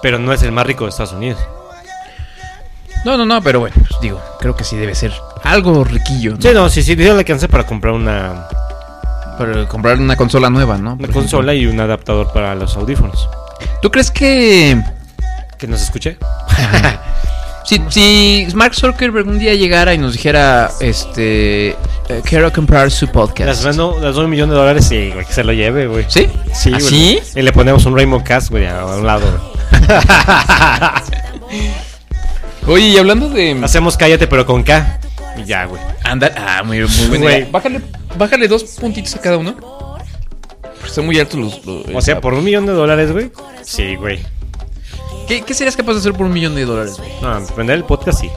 E: pero no es el más rico de Estados Unidos.
B: No, no, no, pero bueno, pues digo, creo que sí debe ser algo riquillo. ¿no?
E: Sí, no, sí, sí, yo le alcancé para comprar una
B: para comprar una consola nueva, ¿no?
E: Una consola y un adaptador para los audífonos.
B: ¿Tú crees que
E: que nos escuché?
B: si, si Mark Zuckerberg un día llegara y nos dijera, este, eh, quiero comprar su
E: Las
B: podcast?
E: vendo, las doy un millón de dólares y güey, que se lo lleve, güey.
B: ¿Sí?
E: Sí,
B: ¿Ah,
E: güey.
B: sí?
E: Y le ponemos un Rainbow Cast, güey, a un lado,
B: Oye, y hablando de...
E: Hacemos cállate, pero con K. Y ya, güey.
B: Anda, ah, muy, muy buena idea. Bájale, bájale dos puntitos a cada uno. Porque Están muy altos los... los- eh,
E: O sea, por un millón de dólares, güey. Sí, güey.
B: ¿Qué, qué serías capaz de hacer por un millón de dólares?
E: No, vender el podcast sí.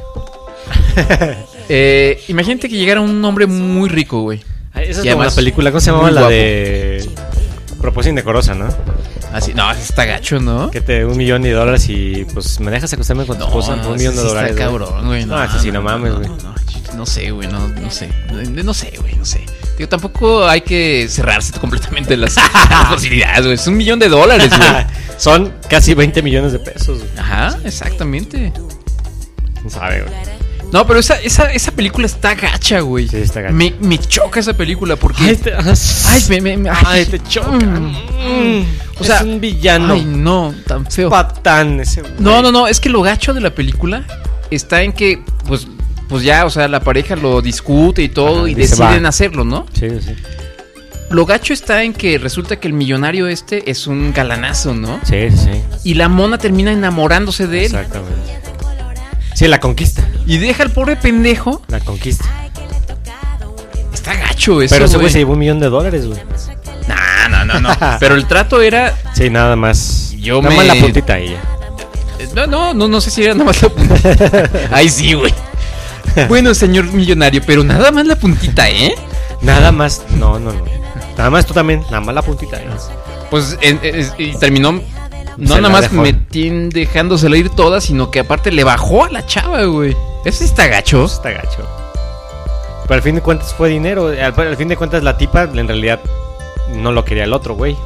B: Eh, imagínate que llegara un hombre muy rico, güey.
E: Ay, Esa es
B: Y
E: como
B: además,
E: la película, ¿cómo se llamaba
B: muy
E: la
B: guapo.
E: de Propuesta Indecorosa, no?
B: Así, no, esa está gacho, ¿no?
E: Que te un millón de dólares y pues me dejas acostarme con tu esposa por
B: no,
E: un millón de
B: ese sí está
E: dólares.
B: cabrón, güey,
E: No,
B: no,
E: ese sí,
B: no,
E: no mames, güey.
B: No sé, güey, no, no sé. Eh, No, no sé, güey, no sé. Digo, tampoco hay que cerrarse completamente las, las facilidades, güey. Es un millón de dólares, güey.
E: Son casi 20 millones de pesos.
B: Ajá, exactamente.
E: ¿Quién sabe, güey?
B: No, pero esa, esa, esa película está gacha, güey. Sí, está gacha. Me, me choca esa película porque. Ay, me, me- me- ay.
E: te choca.
B: Mm. O sea,
E: es un villano.
B: Ay, no, tan feo.
E: Patán ese. güey.
B: No, no, no, es que lo gacho de la película está en que, pues, pues ya, o sea, la pareja lo discute y todo
E: Ajá,
B: y
E: dice,
B: deciden
E: va.
B: hacerlo, ¿no?
E: Sí, sí.
B: Lo gacho está en que resulta que el millonario este es un galanazo, ¿no?
E: Sí, sí.
B: Y la mona termina enamorándose de él.
E: Exactamente. Sí, la conquista.
B: Y deja al pobre pendejo.
E: La conquista.
B: Está gacho eso,
E: Pero ese güey
B: güey.
E: se llevó un millón de dólares, güey.
B: No, no, no, no. Pero el trato era.
E: Sí, nada más.
B: Yo
E: nada
B: me-
E: más la puntita a ella.
B: No, no, no, no sé si era nada más la puntita. Ay, sí, güey. Bueno, señor millonario, pero nada más la puntita, ¿eh?
E: Nada más. No, no, no. Nada más tú también. Nada más la puntita, ¿eh?
B: Pues en- en- y terminó. No nada
E: Se la
B: más
E: dejó.
B: metín dejándosela ir toda, sino que aparte le bajó a la chava, güey. Eso sí está gacho.
E: Está gacho. Pero al fin de cuentas fue dinero. Al, al fin de cuentas la tipa en realidad no lo quería el otro, güey.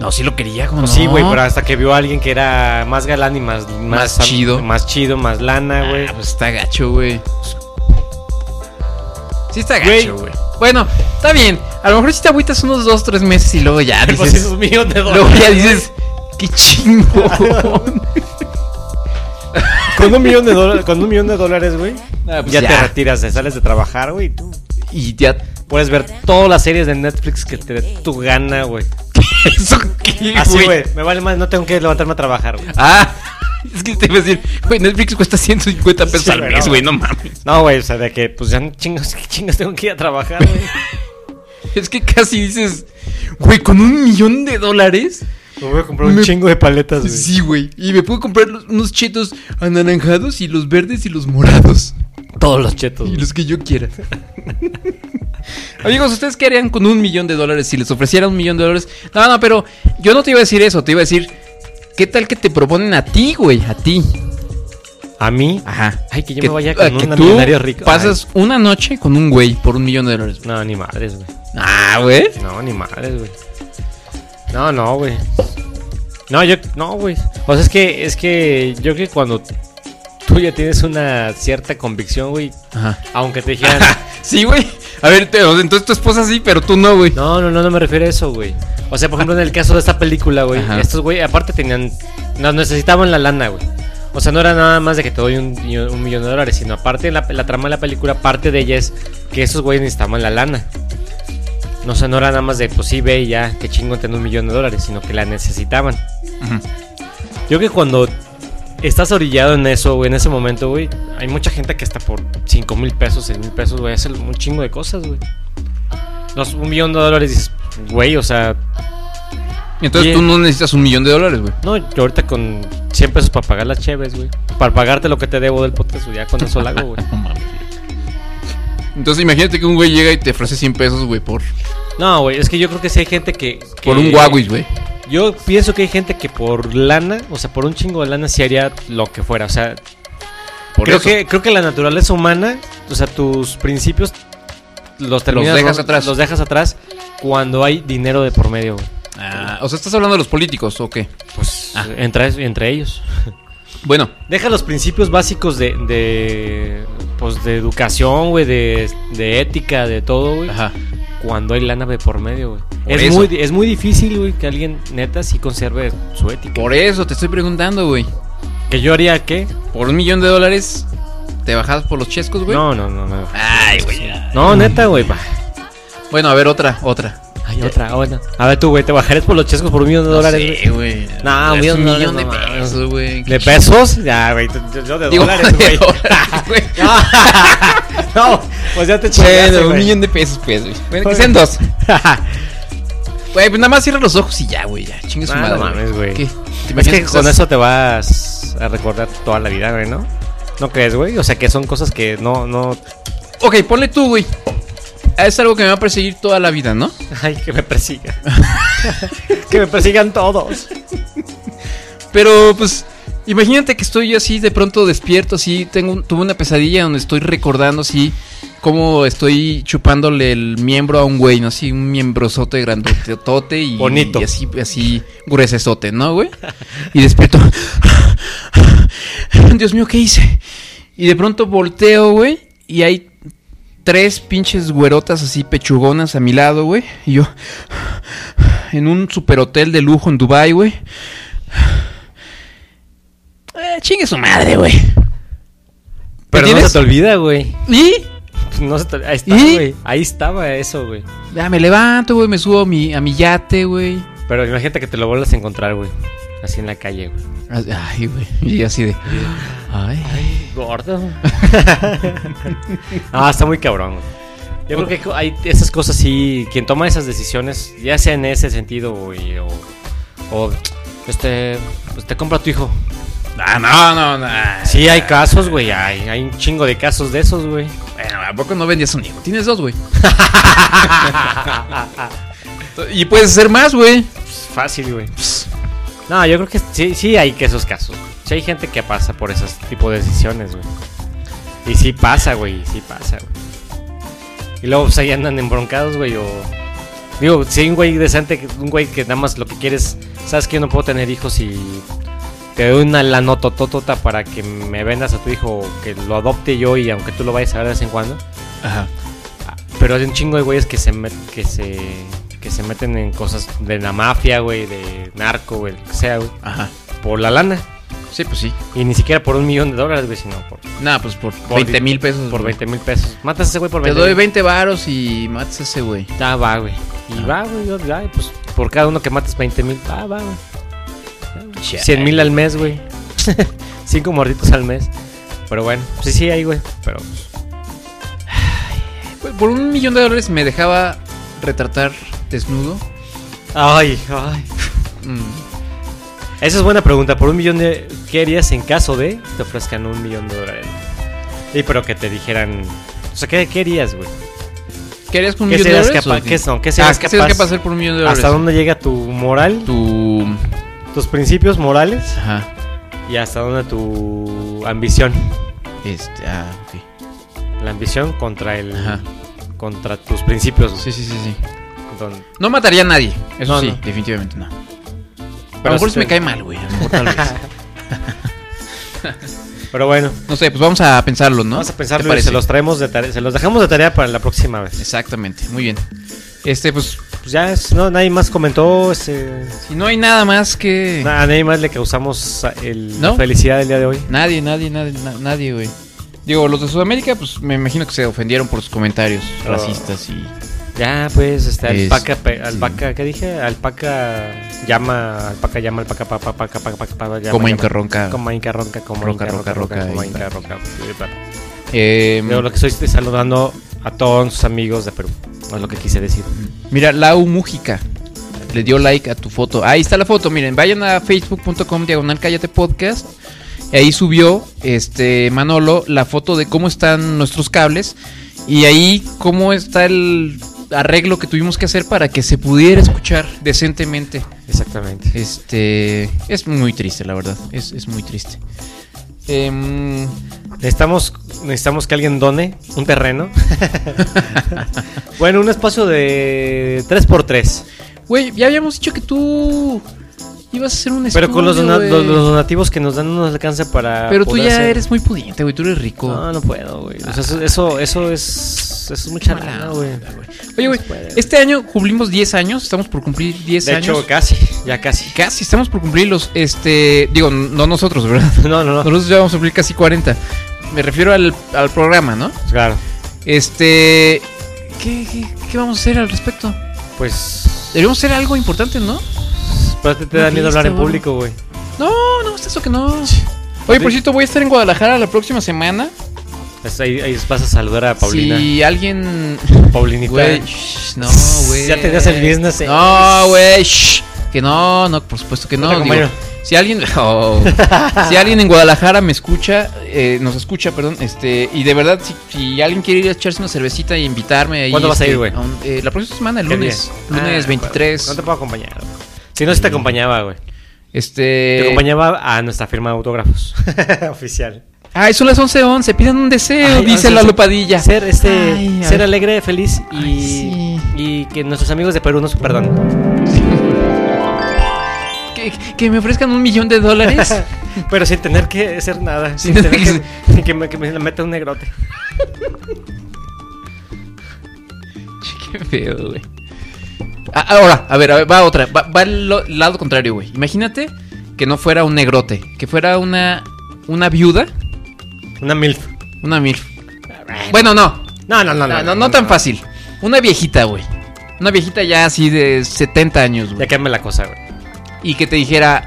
B: No, sí ah, lo quería, como
E: Pues Sí, güey, pero hasta que vio a alguien que era más galán y más...
B: Más chido.
E: Más chido, más lana, güey.
B: pues está gacho, güey. Sí está
E: Güey.
B: gacho, güey. Bueno, está bien. A lo mejor si te agüitas unos dos, tres meses y luego ya dices...
E: Pues es un ¿eh? millón de
B: Luego ya
E: dólares.
B: dices, qué chingón.
E: Con un millón de, dola- con un millón de dólares, güey.
B: Ah, pues
E: ya,
B: ya.
E: te retiras, te sales de trabajar, güey.
B: Y ya...
E: Puedes ver todas las series de Netflix que te dé tu gana, güey.
B: ¿Eso qué,
E: Así,
B: güey?
E: güey. Me vale más, no tengo que levantarme a trabajar, güey.
B: Ah, es que te iba a decir, güey, Netflix cuesta 150 pesos
E: Sí,
B: al
E: güey,
B: mes,
E: no.
B: güey, no mames.
E: No, güey, o sea, de que pues ya no chingas, ¿qué chingas tengo que ir a trabajar, güey.
B: Es que casi dices, güey, con un millón de dólares...
E: Me voy a comprar un
B: Me-
E: chingo de paletas, güey.
B: Sí, güey. Y me puedo comprar los- unos chetos anaranjados y los verdes y los morados.
E: Todos los chetos.
B: Y los que yo quiera. Amigos, ¿ustedes qué harían con un millón de dólares si les ofreciera un millón de dólares? No, no, pero yo no te iba a decir eso. Te iba a decir, ¿qué tal que te proponen a ti, güey? A ti.
E: ¿A mí?
B: Ajá.
E: Ay, que yo
B: Que-
E: me vaya
B: ah,
E: con
B: que
E: un
B: tú
E: millonario rico.
B: Pasas una noche con un güey por un millón de dólares.
E: Ay, no, ni madres, güey.
B: Ah, güey.
E: No, ni madres, güey. No, no, güey. No, yo, no, güey. O sea, es que, es que yo creo que cuando tú ya tienes una cierta convicción, güey,
B: Ajá.
E: aunque te dijeran,
B: Sí, güey. A ver, te- o sea, entonces tu esposa sí, pero tú no, güey.
E: no, no, no, no me refiero a eso, güey. O sea, por ejemplo, en el caso de esta película, güey,
B: Ajá.
E: estos güey, aparte tenían, nos necesitaban la lana, güey. O sea, no era nada más de que te doy un, un millón de dólares, sino aparte la, la trama de la película, parte de ella es que esos güeyes necesitaban la lana. No, o sea, no era nada más de, pues sí, ve y ya, que chingo tener un millón de dólares, sino que la necesitaban. Yo creo que cuando estás orillado en eso, güey, en ese momento, güey, hay mucha gente que hasta por 5 mil pesos, 6 mil pesos, güey, hace un chingo de cosas, güey. Los- un millón de dólares, dices, güey, o sea,
B: Entonces
E: Bien.
B: tú no necesitas un millón de dólares, güey.
E: no, yo ahorita con 100 pesos para pagar las cheves, güey. Para pagarte lo que te debo del podcast, güey, ya con eso lo hago, güey.
B: Entonces imagínate que un güey llega y te ofrece 100 pesos, güey, por,
E: No, güey, es que yo creo que sí hay gente que, que-
B: por un Huawei, güey.
E: Yo pienso que hay gente que por lana, o sea, por un chingo de lana, sí haría lo que fuera, o sea,
B: Por
E: creo
B: eso.
E: que creo que la naturaleza humana, o sea, tus principios los terminas
B: dejas atrás.
E: los dejas atrás cuando hay dinero de por medio. güey.
B: Ah, o sea, ¿estás hablando de los políticos o qué?
E: Pues
B: Ah.
E: entre, entre ellos.
B: Bueno,
E: Deja los principios básicos de, de pues de educación, güey, de, de ética, de todo, güey.
B: ajá.
E: Cuando hay lana de por medio, güey.
B: Por
E: Es
B: eso.
E: muy, di- es muy difícil, güey, que alguien neta sí conserve su ética.
B: Por eso te estoy preguntando, güey.
E: ¿Que yo haría qué?
B: Por un millón de dólares, ¿te bajas por los chescos, güey?
E: No, no, no, no.
B: Ay, güey. ya.
E: No, neta, güey. va.
B: Bueno, a ver, otra, otra.
E: Hay otra, otra. A ver tú, güey, te bajarás por los chescos por un millón de dólares. güey?
B: Sí, güey.
E: No,
B: Es un
E: un millón de
B: millón de
E: dólares, no mames.
B: pesos, güey.
E: ¿De pesos? Ya, güey. t- t- Yo de dólares, güey.
B: dólares, güey.
E: no, pues ya te chingaste,
B: Bueno, un
E: güey.
B: millón de pesos, pues, güey. Bueno, que sean dos. Güey, pues nada más cierra los ojos y ya, güey, ya. Chingue su
E: Ah,
B: madre.
E: no mames, güey.
B: ¿Qué? ¿Te
E: Es
B: imaginas
E: que con
B: estás-
E: eso te vas a recordar toda la vida, güey, ¿no? ¿No crees, güey? O sea, que son cosas que no, no...
B: Ok, ponle tú, güey. Es algo que me va a perseguir toda la vida, ¿no?
E: Ay, que me persigan. que me persigan todos.
B: Pero pues imagínate que estoy yo así de pronto despierto, así tengo un- tuve una pesadilla donde estoy recordando así cómo estoy chupándole el miembro a un güey, ¿no? Así un miembrozote grandotote y
E: Bonito.
B: y así así gruesesote, ¿no, güey? Y despierto. Dios mío, "Ah, ¿qué hice? Y de pronto volteo, güey, y hay tres pinches güerotas así pechugonas a mi lado, güey. Y yo, en un superhotel de lujo en Dubai, güey. Eh, chingue su madre, güey.
E: Pero no
B: ¿Entiendes?
E: se te olvida, güey.
B: ¿Y?
E: No se te- Ahí está,
B: ¿Y?
E: güey. Ahí estaba eso, güey.
B: Ya me levanto, güey, me subo a mi, a mi yate, güey.
E: Pero imagínate que te lo vuelvas a encontrar, güey. Así en la calle, güey.
B: Ay, güey. Y así de. Ay.
E: Gordo. ah, está muy cabrón, güey. Yo creo que co- hay esas cosas sí, quien toma esas decisiones, ya sea en ese sentido, güey, o, o, este, pues te compra a tu hijo.
B: Ah, no, no, no.
E: Sí, hay casos, güey, hay, hay un chingo de casos de esos, güey.
B: Bueno, ¿a poco no vendías un hijo? Tienes dos, güey. y puedes hacer más, güey.
E: Fácil, güey. No, yo creo que sí, sí hay que esos casos. Sí hay gente que pasa por esos tipo de decisiones, güey. Y sí pasa, güey, sí pasa, güey. Y luego pues ahí andan embroncados, güey, o... Digo, si hay un güey decente, que- un güey que nada más lo que quieres... Sabes que yo no puedo tener hijos y... Te doy una lanototota para que me vendas a tu hijo o que lo adopte yo y aunque tú lo vayas a ver de vez en cuando.
B: Ajá.
E: Pero hay un chingo de güeyes que se, met- que se que se meten en cosas de la mafia, güey, de narco, güey, lo que sea, güey.
B: Ajá.
E: Por la lana.
B: Sí, pues sí.
E: Y ni siquiera por un millón de dólares, güey, sino por...
B: Nah, pues por, 20 mil pesos.
E: Por 20 mil pesos. Matas a ese güey por
B: Te
E: 20
B: doy 20 varos y matas a ese güey.
E: Ya va, güey. Y
B: Ah.
E: va, güey, yo- ya, pues por cada uno que matas 20 mil, ah, va, va, güey.
B: Chale.
E: 100 mil al mes, güey. Cinco morditos al mes. Pero bueno, sí, sí, ahí, güey. Pero pues,
B: Güey, Por un millón de dólares me dejaba retratar desnudo.
E: Ay, ay.
B: Mm.
E: Esa es buena pregunta. Por un millón de. ¿Qué harías en caso de te ofrezcan un millón de dólares? Y pero que te dijeran. O sea, ¿qué, qué harías, güey?
B: ¿Qué harías con un
E: ¿Qué
B: millón de dólares?
E: serías capaz?
B: o
E: ¿Qué, no, ¿Qué serías
B: Ah, ¿qué serías capaz de hacer por un millón de dólares?
E: ¿Hasta dónde llega tu moral?
B: Tu.
E: Tus principios morales.
B: Ajá.
E: Y hasta dónde tu ambición.
B: Este, ah, ok.
E: La ambición contra el.
B: Ajá.
E: Contra tus principios.
B: Sí, sí, sí, sí.
E: Entonces,
B: No mataría a nadie. Eso
E: No,
B: sí,
E: no.
B: definitivamente no. a
E: Pero
B: lo mejor
E: sí
B: se me
E: te-
B: cae mal, güey. A lo mejor tal vez.
E: Pero bueno.
B: No sé, pues vamos a pensarlo, ¿no?
E: Vamos a
B: ¿Te
E: pensarlo y
B: parece?
E: se los traemos de tarea- se los dejamos de tarea para la próxima vez.
B: Exactamente, muy bien. Este, pues,
E: Pues ya es- no, nadie más comentó. Este,
B: si no hay nada más que.
E: na- a nadie más le causamos el,
B: ¿No?
E: la felicidad del día de hoy.
B: Nadie, nadie, nadie, na- nadie, güey. Digo, los de Sudamérica, pues me imagino que se ofendieron por sus comentarios
E: Oh.
B: racistas y.
E: Ya, pues, este,
B: Es-
E: alpaca, pe- alpaca, ¿qué dije? Alpaca llama, alpaca llama, alpaca, pa, pa, pa, pa, pa, pa, pa, llama,
B: Como
E: llama.
B: inca ronca.
E: Como inca ronca, como
B: Roca,
E: inca
B: roca,
E: ronca,
B: roca,
E: roca, como
B: ahí
E: inca Em.
B: está.
E: ronca.
B: Eh,
E: Pero lo que estoy estoy saludando a todos sus amigos de Perú. No es lo que quise decir.
B: Mira, Lau Mujica le dio like a tu foto. Ahí está la foto, miren, vayan a facebook.com diagonal cállate podcast. Y ahí subió este Manolo la foto de cómo están nuestros cables y ahí cómo está el arreglo que tuvimos que hacer para que se pudiera escuchar decentemente.
E: Exactamente.
B: Este es muy triste, la verdad. Es, es muy triste. Em,
E: Necesitamos, necesitamos que alguien done un terreno. bueno, un espacio de 3x3.
B: Güey, ya habíamos dicho que tú ibas a hacer un estudio.
E: Pero con los, dona-
B: güey.
E: los- los donativos que nos dan no nos alcanza para.
B: Pero tú
E: poder
B: ya
E: hacer-
B: eres muy pudiente, güey. Tú eres rico.
E: No, no puedo, güey. O sea, eso, eso, eso es. Eso es mucha
B: Mala
E: lana,
B: onda,
E: güey.
B: Oye, güey, este año cumplimos 10 años, estamos por cumplir 10
E: De
B: años.
E: hecho, casi, ya casi.
B: casi estamos por cumplirlos. Este, digo, no nosotros, ¿verdad?
E: No, no, no.
B: Nosotros ya vamos a cumplir casi 40. Me refiero al, al programa, ¿no?
E: Claro.
B: Este, ¿qué, qué, qué vamos a hacer al respecto?
E: Pues.
B: Deberíamos hacer algo importante, ¿no?
E: Pero te, te da
B: Una
E: miedo hablar
B: fiesta,
E: en
B: güey.
E: público, güey.
B: No, no, hasta eso que no. Oye, por cierto, voy a estar en Guadalajara la próxima semana.
E: Hasta Ahí, ahí vas a saludar a Paulina.
B: Si alguien.
E: Paulinita.
B: Güey, shh, no, güey.
E: Ya tenías el business, eh.
B: No, güey. shh, Que no, no, por supuesto que no.
E: Otra
B: digo,
E: compañera.
B: si alguien. oh, si alguien en Guadalajara me escucha, eh, nos escucha, perdón. este Y de verdad, si, si alguien quiere ir a echarse una cervecita y invitarme ahí.
E: ¿Cuándo vas a
B: este,
E: ir, güey?
B: un- eh, la próxima semana, el
E: Qué
B: lunes.
E: bien.
B: Lunes
E: Ah,
B: 23.
E: No te puedo acompañar. Si no, si te acompañaba, güey. Te
B: Este.
E: acompañaba a nuestra firma de autógrafos.
B: eh,
E: Oficial.
B: Ay, son las 11.11. pidan un deseo, dice la lupadilla.
E: Ser, este,
B: Ay, a
E: ser
B: ver.
E: alegre, feliz y, y que nuestros amigos de Perú nos perdonen.
B: Que, que me ofrezcan un millón de dólares.
E: Pero sin tener que hacer nada. Sin
B: Sin
E: tener
B: tener
E: que, que me, que me la meta un negrote.
B: Qué feo, güey. Ah, Ahora, a ver, a ver, va otra. Va, va al lo- lado contrario, güey. Imagínate que no fuera un negrote, que fuera una una viuda.
E: Una MILF.
B: Una MILF. Bueno, no.
E: No, no, no,
B: no. No, tan fácil. Una viejita, güey. Una viejita ya así de 70 años, güey. Ya
E: cambia la cosa, güey.
B: Y que te dijera,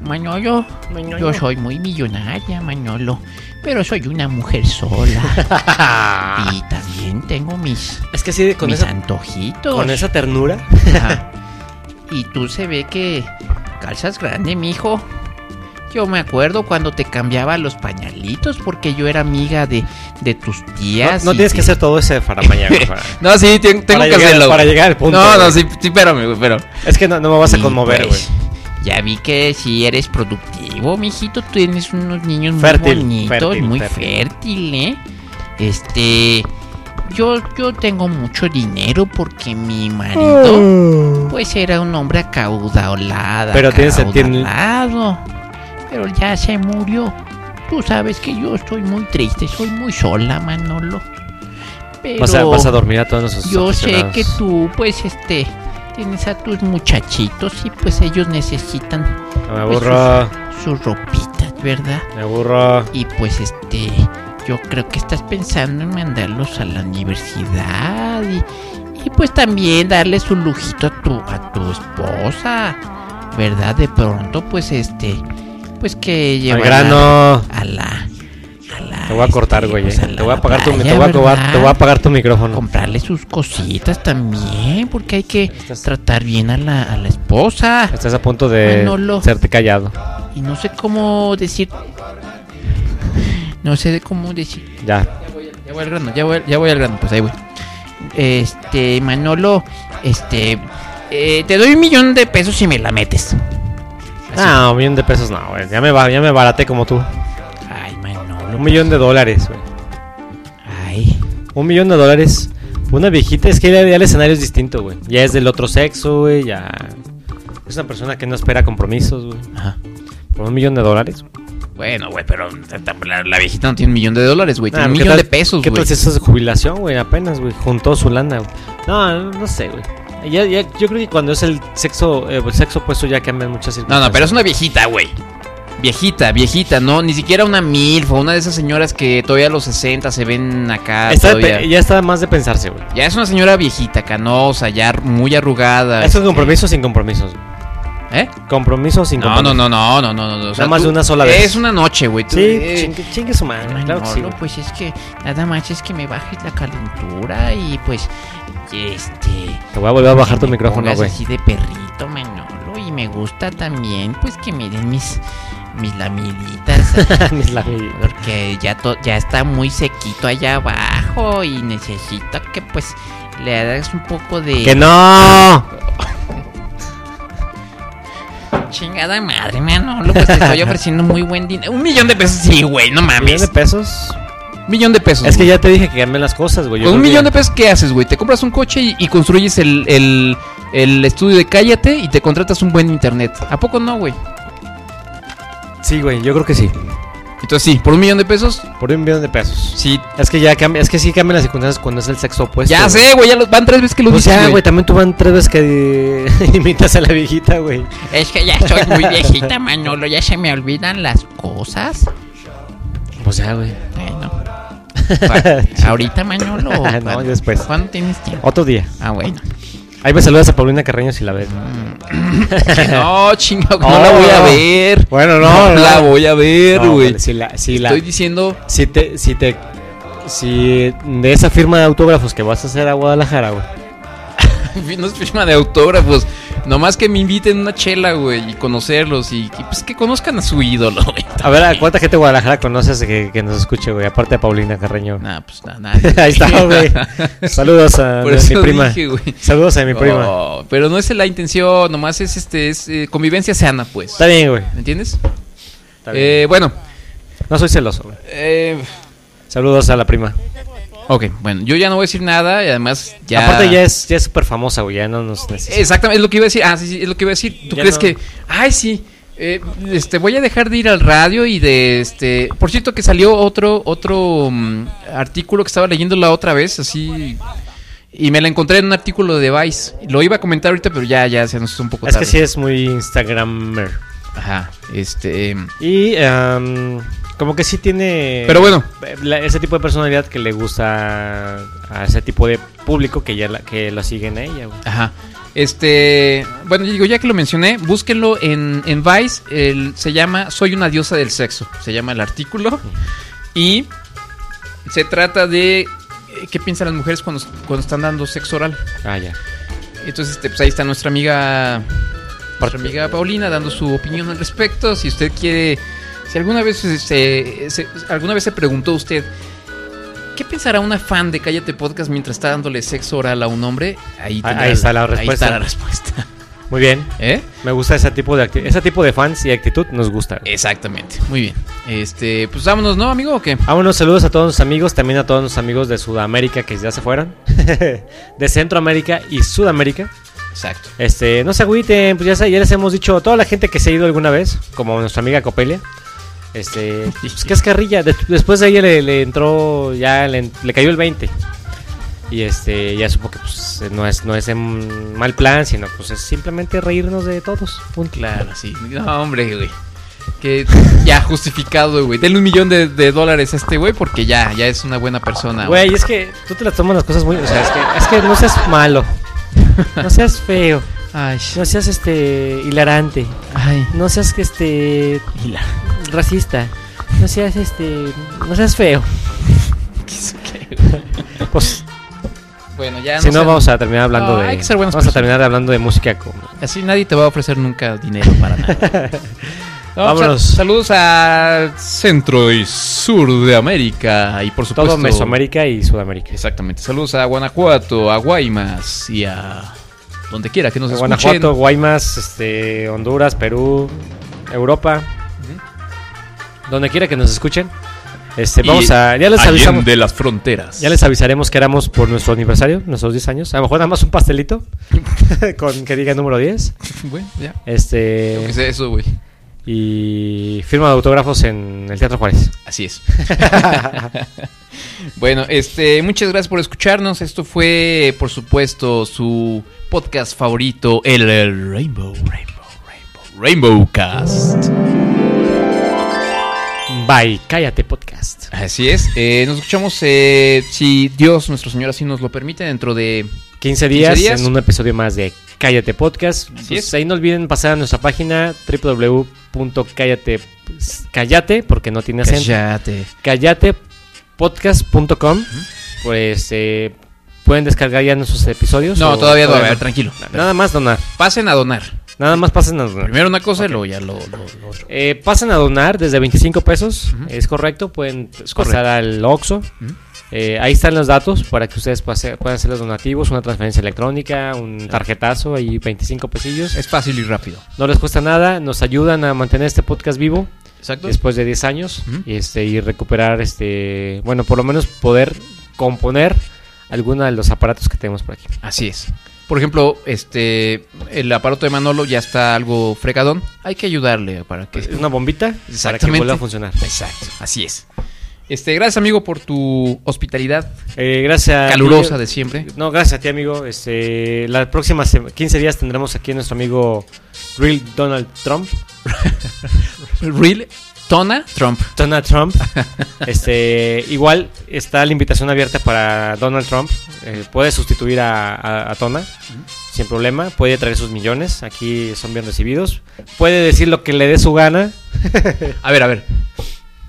B: Manolo,
F: Manolo.
B: yo soy muy millonaria, Manolo. Pero soy una mujer sola. y también tengo mis.
E: Es que así con
B: mis
E: esa-
B: antojitos.
E: Con esa ternura.
B: Ajá. Y tú se ve que calzas grande, mijo. Yo me acuerdo cuando te cambiaba los pañalitos porque yo era amiga de, de tus
E: No,
B: tías.
E: no
B: y
E: tienes
B: de-
E: que hacer todo ese faramañá, güey. para-
B: No, sí, ten- tengo
E: para
B: que
E: llegar-
B: hacerlo.
E: Para llegar al punto.
B: No, no,
E: güey.
B: sí, sí, espérame, güey, pero.
E: Es que no, no me vas a
B: Sí,
E: conmover, güey.
B: pues, Ya vi que si eres productivo, mijito, tienes unos niños muy
E: Fértil,
B: bonitos,
E: fértil,
B: muy
E: fértil.
B: fértil. ¿eh? Este. Yo, yo tengo mucho dinero porque mi marido, pues era un hombre acaudalado.
E: Pero tienes- tiene-
B: acaudalado, Pero ya se murió. Tú sabes que yo estoy muy triste, soy muy sola, Manolo. Pero
E: Vas a, vas a dormir a todos nosotros.
B: yo sé que tú, pues, este, tienes a tus muchachitos y pues ellos necesitan
E: Me
B: pues,
E: aburro.
B: sus, sus ropitas, ¿verdad?
E: Me aburro.
B: Y pues, este, yo creo que estás pensando en mandarlos a la universidad y, y, pues también darle su lujito a tu, a tu esposa, ¿verdad? De pronto, pues, este, pues que
E: Al
B: llevarla
E: grano.
B: a la...
E: Te voy a cortar, güey. eh.
B: pues, a la
E: Te voy a apagar tu,
B: playa,
E: te voy a acabar-
B: ¿verdad?
E: te voy a apagar tu micrófono.
B: Comprarle sus cositas también, porque hay que tratar bien a la, a la esposa.
E: Estás a punto de
B: Manolo.
E: serte callado.
B: Y no sé cómo decir. No sé de cómo decir.
E: Ya.
B: Ya voy al grano, ya voy, ya voy al grano, pues ahí voy. Este, Manolo, este. eh, te doy un millón de pesos si me la metes.
E: Ah, un millón de pesos no, güey. Ya me, va- ya me baraté como tú.
B: Ay, Manolo.
E: Un millón de dólares, güey.
B: Ay.
E: Un millón de dólares. Una viejita es que ya, ya el escenario es distinto, güey. Ya es del otro sexo, güey. Ya. Es una persona que no espera compromisos, güey.
B: Ajá.
E: Por un millón de dólares.
B: Bueno, güey, pero la, la viejita no tiene un millón de dólares, güey.
E: Ah,
B: Tiene un
E: ¿qué
B: millón
E: tal-
B: de pesos,
E: ¿Qué
B: güey.
E: tal si eso es jubilación, güey? Apenas, güey. Juntó su lana, güey. No, no sé, güey. Ya, ya, yo creo que cuando es el sexo, eh, el sexo opuesto ya cambian muchas
B: No,
E: circunstancias.
B: no, pero es una viejita, güey. Viejita, viejita, no, ni siquiera una MILF o una de esas señoras que todavía a los 60 se ven acá
E: Está de pe-
B: todavía.
E: ya está más de pensarse, güey.
B: Ya es una señora viejita, canosa, ya r- muy arrugada.
E: Eso es
B: este.
E: compromiso sin compromisos. güey.
B: ¿Eh?
E: Compromiso sin
B: No, no,
E: compromisos.
B: no, no, no, no, no. no. O sea,
E: Nada más
B: tú-
E: de una sola vez.
B: Es una noche, güey. tú-
E: Sí,
B: eh,
E: chingue, chingue su madre. Claro que sí.
B: Manolo,
E: güey.
B: pues es que nada más es que me bajes la calentura y pues este
E: Te voy a volver a bajar
B: que
E: tu
B: me
E: micrófono,
B: pongas
E: güey.
B: así de perrito, Manolo, y me gusta también pues que me den mis mis lamiditas.
E: mis lamiditas.
B: Porque ya to- ya está muy sequito allá abajo y necesito que pues le hagas un poco de
E: ¡Que no!
B: Chingada madre, Manolo, pues te estoy ofreciendo muy buen dinero. Un millón de pesos, sí, güey, no mames.
E: ¿Un millón de pesos?
B: Millón de pesos.
E: Es que
B: güey.
E: ya te dije que cambian las cosas, güey. Yo
B: Con un
E: creo que-
B: millón de pesos, ¿qué haces, güey? Te compras un coche y, y construyes el, el- el estudio de Cállate y te contratas un buen internet. ¿A poco no, güey?
E: Sí, güey, yo creo que sí.
B: Entonces sí, por un millón de pesos.
E: Por un millón de pesos.
B: Sí.
E: Es que ya cambia, es que sí cambian las circunstancias cuando es el sexo opuesto.
B: ya sé, güey, ya lo- van tres veces que lo
E: Este, Pues
B: dices,
E: ya, güey, también tú van tres veces que imitas a la viejita, güey.
B: Es que ya estoy muy viejita, Manolo, ya se me olvidan las cosas.
E: Pues ya, güey.
B: Bueno. Pa- ¿Ahorita, Manolo? o
E: no,
B: cuándo?
E: después.
B: ¿Cuándo tienes tiempo?
E: Otro día.
B: Ah, bueno.
E: Ahí me saludas a Paulina Carreño si la ves.
B: Que no, chingo, no la voy a
E: Oh.
B: ver.
E: Bueno, no, no.
B: la voy a ver,
E: No,
B: güey.
E: vale, si la, si la-
B: Estoy diciendo,
E: si te, si te, si de esa firma de autógrafos que vas a hacer a Guadalajara, güey.
B: no es firma de autógrafos. Nomás que me inviten una chela, güey, y conocerlos y, y, pues que conozcan a su ídolo, güey.
E: A ver, ¿a cuánta gente de Guadalajara conoces que, que nos escuche, güey? Aparte de Paulina Carreño.
B: Nah, pues na- nadie.
E: Ahí está, güey. Saludos a
B: Por
E: Ah, mi
B: eso
E: prima.
B: dije, güey.
E: Saludos a mi prima.
B: Oh, pero no es la intención, nomás es este es eh, convivencia sana, pues.
E: Está bien, güey.
B: ¿Me entiendes?
E: Está bien.
B: Eh, bueno,
E: No soy celoso, güey.
B: eh,
E: Saludos a la prima.
B: ok, bueno, yo ya no voy a decir nada y además ya
E: Aparte ya es ya es súper famosa, güey. Ya no nos necesita.
B: Exactamente, es lo que iba a decir. Ah, sí, sí, es lo que iba a decir. ¿Tú
E: Ya
B: crees
E: no.
B: que, ay, sí, Eh, este, voy a dejar de ir al radio y de este. Por cierto, que salió otro otro mm, artículo que estaba leyendo la otra vez, así. Y me la encontré en un artículo de Vice. Lo iba a comentar ahorita, pero ya, ya se nos hizo un poco
E: Es
B: tarde.
E: que sí es muy Instagrammer.
B: Ajá, este.
E: Y am, como que sí tiene.
B: Pero bueno.
E: la- ese tipo de personalidad que le gusta a ese tipo de público que ya la, que lo siguen a ella, güey.
B: Ajá. Este, bueno, digo, ya que lo mencioné, búsquenlo en, en Vice, el- se llama Soy una diosa del sexo, se llama el artículo. Y se trata de eh, qué piensan las mujeres cuando, cuando están dando sexo oral.
E: Ah, ya.
B: Entonces, este, pues ahí está nuestra amiga, nuestra amiga Paulina dando su opinión al respecto. Si usted quiere, si alguna vez se, se- se- alguna vez se preguntó usted, ¿qué pensará una fan de Cállate Podcast mientras está dándole sexo oral a un hombre? Ahí,
E: Ah,
B: tendrá
E: ahí está la
B: Ahí
E: respuesta.
B: está la respuesta.
E: Muy bien.
B: ¿Eh?
E: Me gusta ese tipo de acti- ese tipo de fans y actitud nos gusta.
B: Exactamente. Muy bien. Este, pues vámonos, ¿no, amigo o qué?
E: Vámonos, Ah, saludos a todos los amigos, también a todos los amigos de Sudamérica que ya se fueron. de Centroamérica y Sudamérica.
B: Exacto.
E: Este, no se agüiten, pues ya, se- ya les hemos dicho a toda la gente que se ha ido alguna vez, como nuestra amiga Copelia. Este, pues que es carrilla. De- después de ella le, le entró, ya le, en- le cayó el 20. Y este, ya supo que pues, no es, no es en mal plan, sino pues es simplemente reírnos de todos. Punto.
B: Claro, sí. No, hombre, güey. Que ya justificado, güey. Denle un millón de, de dólares a este güey porque ya, ya es una buena persona.
E: Güey, es que tú te las tomas las cosas muy. O sea, es que, es que no seas malo. No seas feo. No seas este hilarante. No seas que este racista. No seas este. No seas feo. pues
B: Bueno, ya
E: si no,
B: sé-
E: vamos a terminar hablando
B: No,
E: de.
B: hay que ser buenas
E: vamos a
B: personas.
E: terminar hablando de música como.
B: Así nadie te va a ofrecer nunca dinero para nada. No,
E: Vámonos.
B: sal- saludos a Centro y Sur de América y por supuesto
E: Todo Mesoamérica y Sudamérica.
B: Exactamente. Saludos a Guanajuato, a Guaymas y a donde quiera que nos escuchen.
E: Guanajuato, Guaymas, este, Honduras, Perú, Europa. Donde quiera que nos escuchen. Este,
B: Y
E: vamos a. Ya les
B: allende
E: avisamos.
B: las fronteras.
E: Ya les avisaremos que éramos por nuestro aniversario, nuestros 10 años. A lo mejor nada más un pastelito. con que diga número 10.
B: Bueno, ya.
E: Este.
B: Lo que sea eso, güey.
E: Y firma de autógrafos en el Teatro Juárez.
B: Así es. bueno, este, muchas gracias por escucharnos. Esto fue, por supuesto, su podcast favorito, el, el Rainbow, Rainbow, Rainbow, Rainbowcast.
E: Bye, cállate podcast.
B: Así es. eh, nos escuchamos, eh, si Dios, nuestro Señor, así nos lo permite, dentro de
E: 15 días, en un episodio más de Cállate Podcast. Pues
B: es.
E: ahí no olviden pasar a nuestra página www.cállate cállate porque no tiene acento.
B: Cállate.
E: callatepodcast.com. Pues eh, pueden descargar ya nuestros episodios.
B: No,
E: o-
B: todavía no, a ver, tranquilo.
E: Nada más donar.
B: Pasen a donar.
E: Nada más pasen a donar.
B: Primero una cosa y luego ya lo, lo- lo otro.
E: Eh, pasan a donar desde 25 pesos, es correcto, pueden pasar al OXXO.
B: ¿Mm?
E: Eh, ahí están los datos para que ustedes pase- puedan hacer los donativos, una transferencia electrónica, un tarjetazo, ahí 25 pesillos.
B: Es fácil y rápido.
E: No les cuesta nada, nos ayudan a mantener este podcast vivo
B: Exacto.
E: después de 10 años y, este, y recuperar, este bueno, por lo menos poder componer alguno de los aparatos que tenemos por aquí.
B: Así es. Por ejemplo, este el aparato de Manolo ya está algo fregadón. Hay que ayudarle para que
E: Una bombita para que
B: Exactamente.
E: vuelva a funcionar.
B: Exacto, así es. Este, gracias amigo por tu hospitalidad.
E: Eh, gracias. a ti.
B: Calurosa de siempre.
E: No, gracias a ti, amigo. Este, la próxima sema- 15 días tendremos aquí a nuestro amigo Real Donald Trump.
B: Real Tona Trump.
E: Donald Trump. Este, igual está la invitación abierta para Donald Trump. Eh, puede sustituir a, a- a Tona sin problema. Puede traer sus millones. Aquí son bien recibidos. Puede decir lo que le dé su gana.
B: A ver, a ver.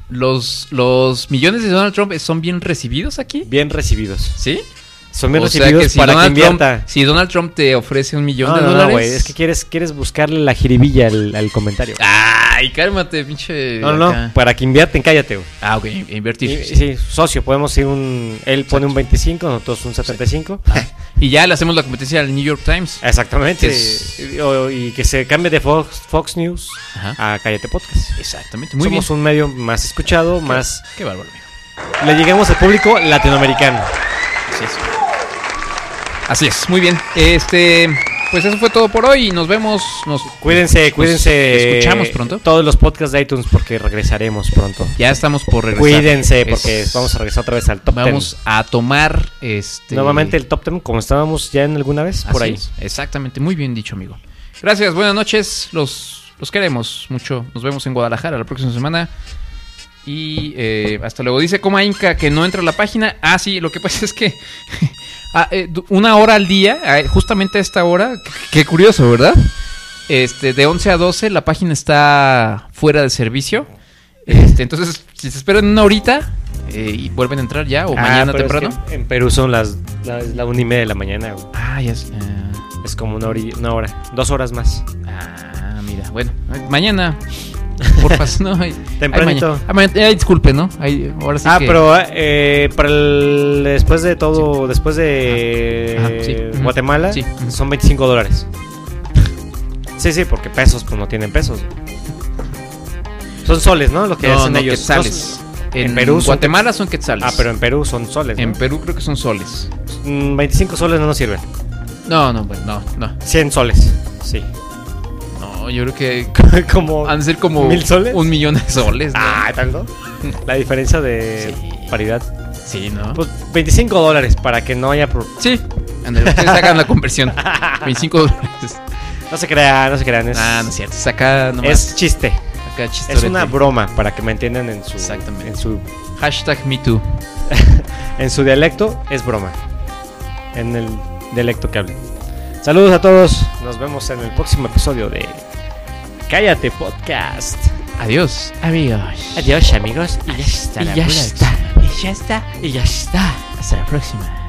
B: Los, los millones de Donald Trump son bien recibidos aquí.
E: Bien recibidos.
B: ¿Sí?
E: Son bien
B: O sea
E: recibidos
B: que si
E: para
B: Donald
E: que invierta.
B: Trump, si Donald Trump te ofrece un millón
E: No,
B: de
E: no, no,
B: dólares.
E: güey. Es que quieres, quieres buscarle la jiribilla al, al comentario.
B: Ay, cálmate, pinche.
E: No, no,
B: Ah, acá.
E: no, para que invierten, cállate. güey.
B: Ah, ok, invertir.
E: Y-
B: sí.
E: sí, socio, podemos ir un. Él pone un 25, nosotros un 75.
B: Ah, Y ya le hacemos la competencia al New York Times.
E: Eh, Exactamente.
B: Que es-
E: Y- o- Y que se cambie de Fox, Fox News a Cállate Podcast.
B: Exactamente, muy
E: Somos un medio más escuchado, más.
B: Qué bárbaro, amigo.
E: Le lleguemos al público latinoamericano.
B: Así es. Así es, muy bien. Este, Pues eso fue todo por hoy. Nos vemos. Nos,
E: Cuídense,
B: nos
E: cuídense.
B: Pues, Escuchamos pronto.
E: Todos los podcasts de iTunes porque regresaremos pronto.
B: Ya estamos por regresar.
E: Cuídense porque
B: Es-
E: vamos a regresar otra vez al top 10.
B: Vamos a tomar este.
E: Nuevamente el top 10 como estábamos ya en alguna vez por
B: Así
E: ahí.
B: es, exactamente, muy bien dicho, amigo. Gracias, buenas noches. Los, los queremos mucho. Nos vemos en Guadalajara la próxima semana. Y eh, hasta luego. Dice Coma Inca que no entra a la página. Ah, sí, lo que pasa es que ah, eh, du- una hora al día, ah, justamente a esta hora, qué- qué curioso, ¿verdad? Este, de 11 a 12 la página está fuera de servicio. Este, entonces, si se esperan una horita eh, y vuelven a entrar ya o
E: Ah,
B: mañana
E: pero es
B: temprano.
E: que en Perú son las la, es la una y media de la mañana. güey.
B: Ah, ya es.
E: Es como una, hora, una hora, dos horas más.
B: Ah, mira, bueno, ay, mañana. Porfas, no. ay, ay,
E: Tempranito.
B: mañana. Ay, mañana, ay, disculpe, ¿no? Ay, ahora sí
E: ah,
B: que-
E: pero eh, para el- después de todo, después de
B: Ajá, sí. Ujú.
E: Guatemala,
B: Sí, ujú.
E: son 25 dólares. Sí, sí, porque pesos, pues no tienen pesos. Son soles, ¿no? Lo que
B: No,
E: hacen
B: no,
E: ellos.
B: quetzales.
E: Son-
B: En
E: son-
B: Guatemala son quetzales.
E: Ah, pero en Perú son soles.
B: En
E: ¿no?
B: Perú creo que son soles.
E: Mm, 25 soles no nos sirven.
B: No, no, bueno, no, no.
E: 100 soles, sí.
B: No, yo creo que
E: como
B: han de ser como
E: ¿Mil soles?
B: un millón de soles. ¿no?
E: Ah, tanto. La diferencia de paridad.
B: Sí, ¿no?
E: Pues 25 dólares para que no haya. pro-
B: Sí. Ándale, ustedes hagan la conversión. 25 dólares.
E: No se crean, no se crean. Es,
B: Ah, no es cierto. Saca nomás.
E: es chiste.
B: Acá
E: Es
B: chistorete.
E: una broma para que me entiendan en su. En su,
B: Hashtag MeToo.
E: en su dialecto es broma. En el dialecto que hablen. Saludos a todos. Nos vemos en el próximo episodio de Cállate Podcast.
B: Adiós, amigos.
E: Adiós, amigos. Y ya está.
B: Y ya está. Y ya está. Hasta la próxima.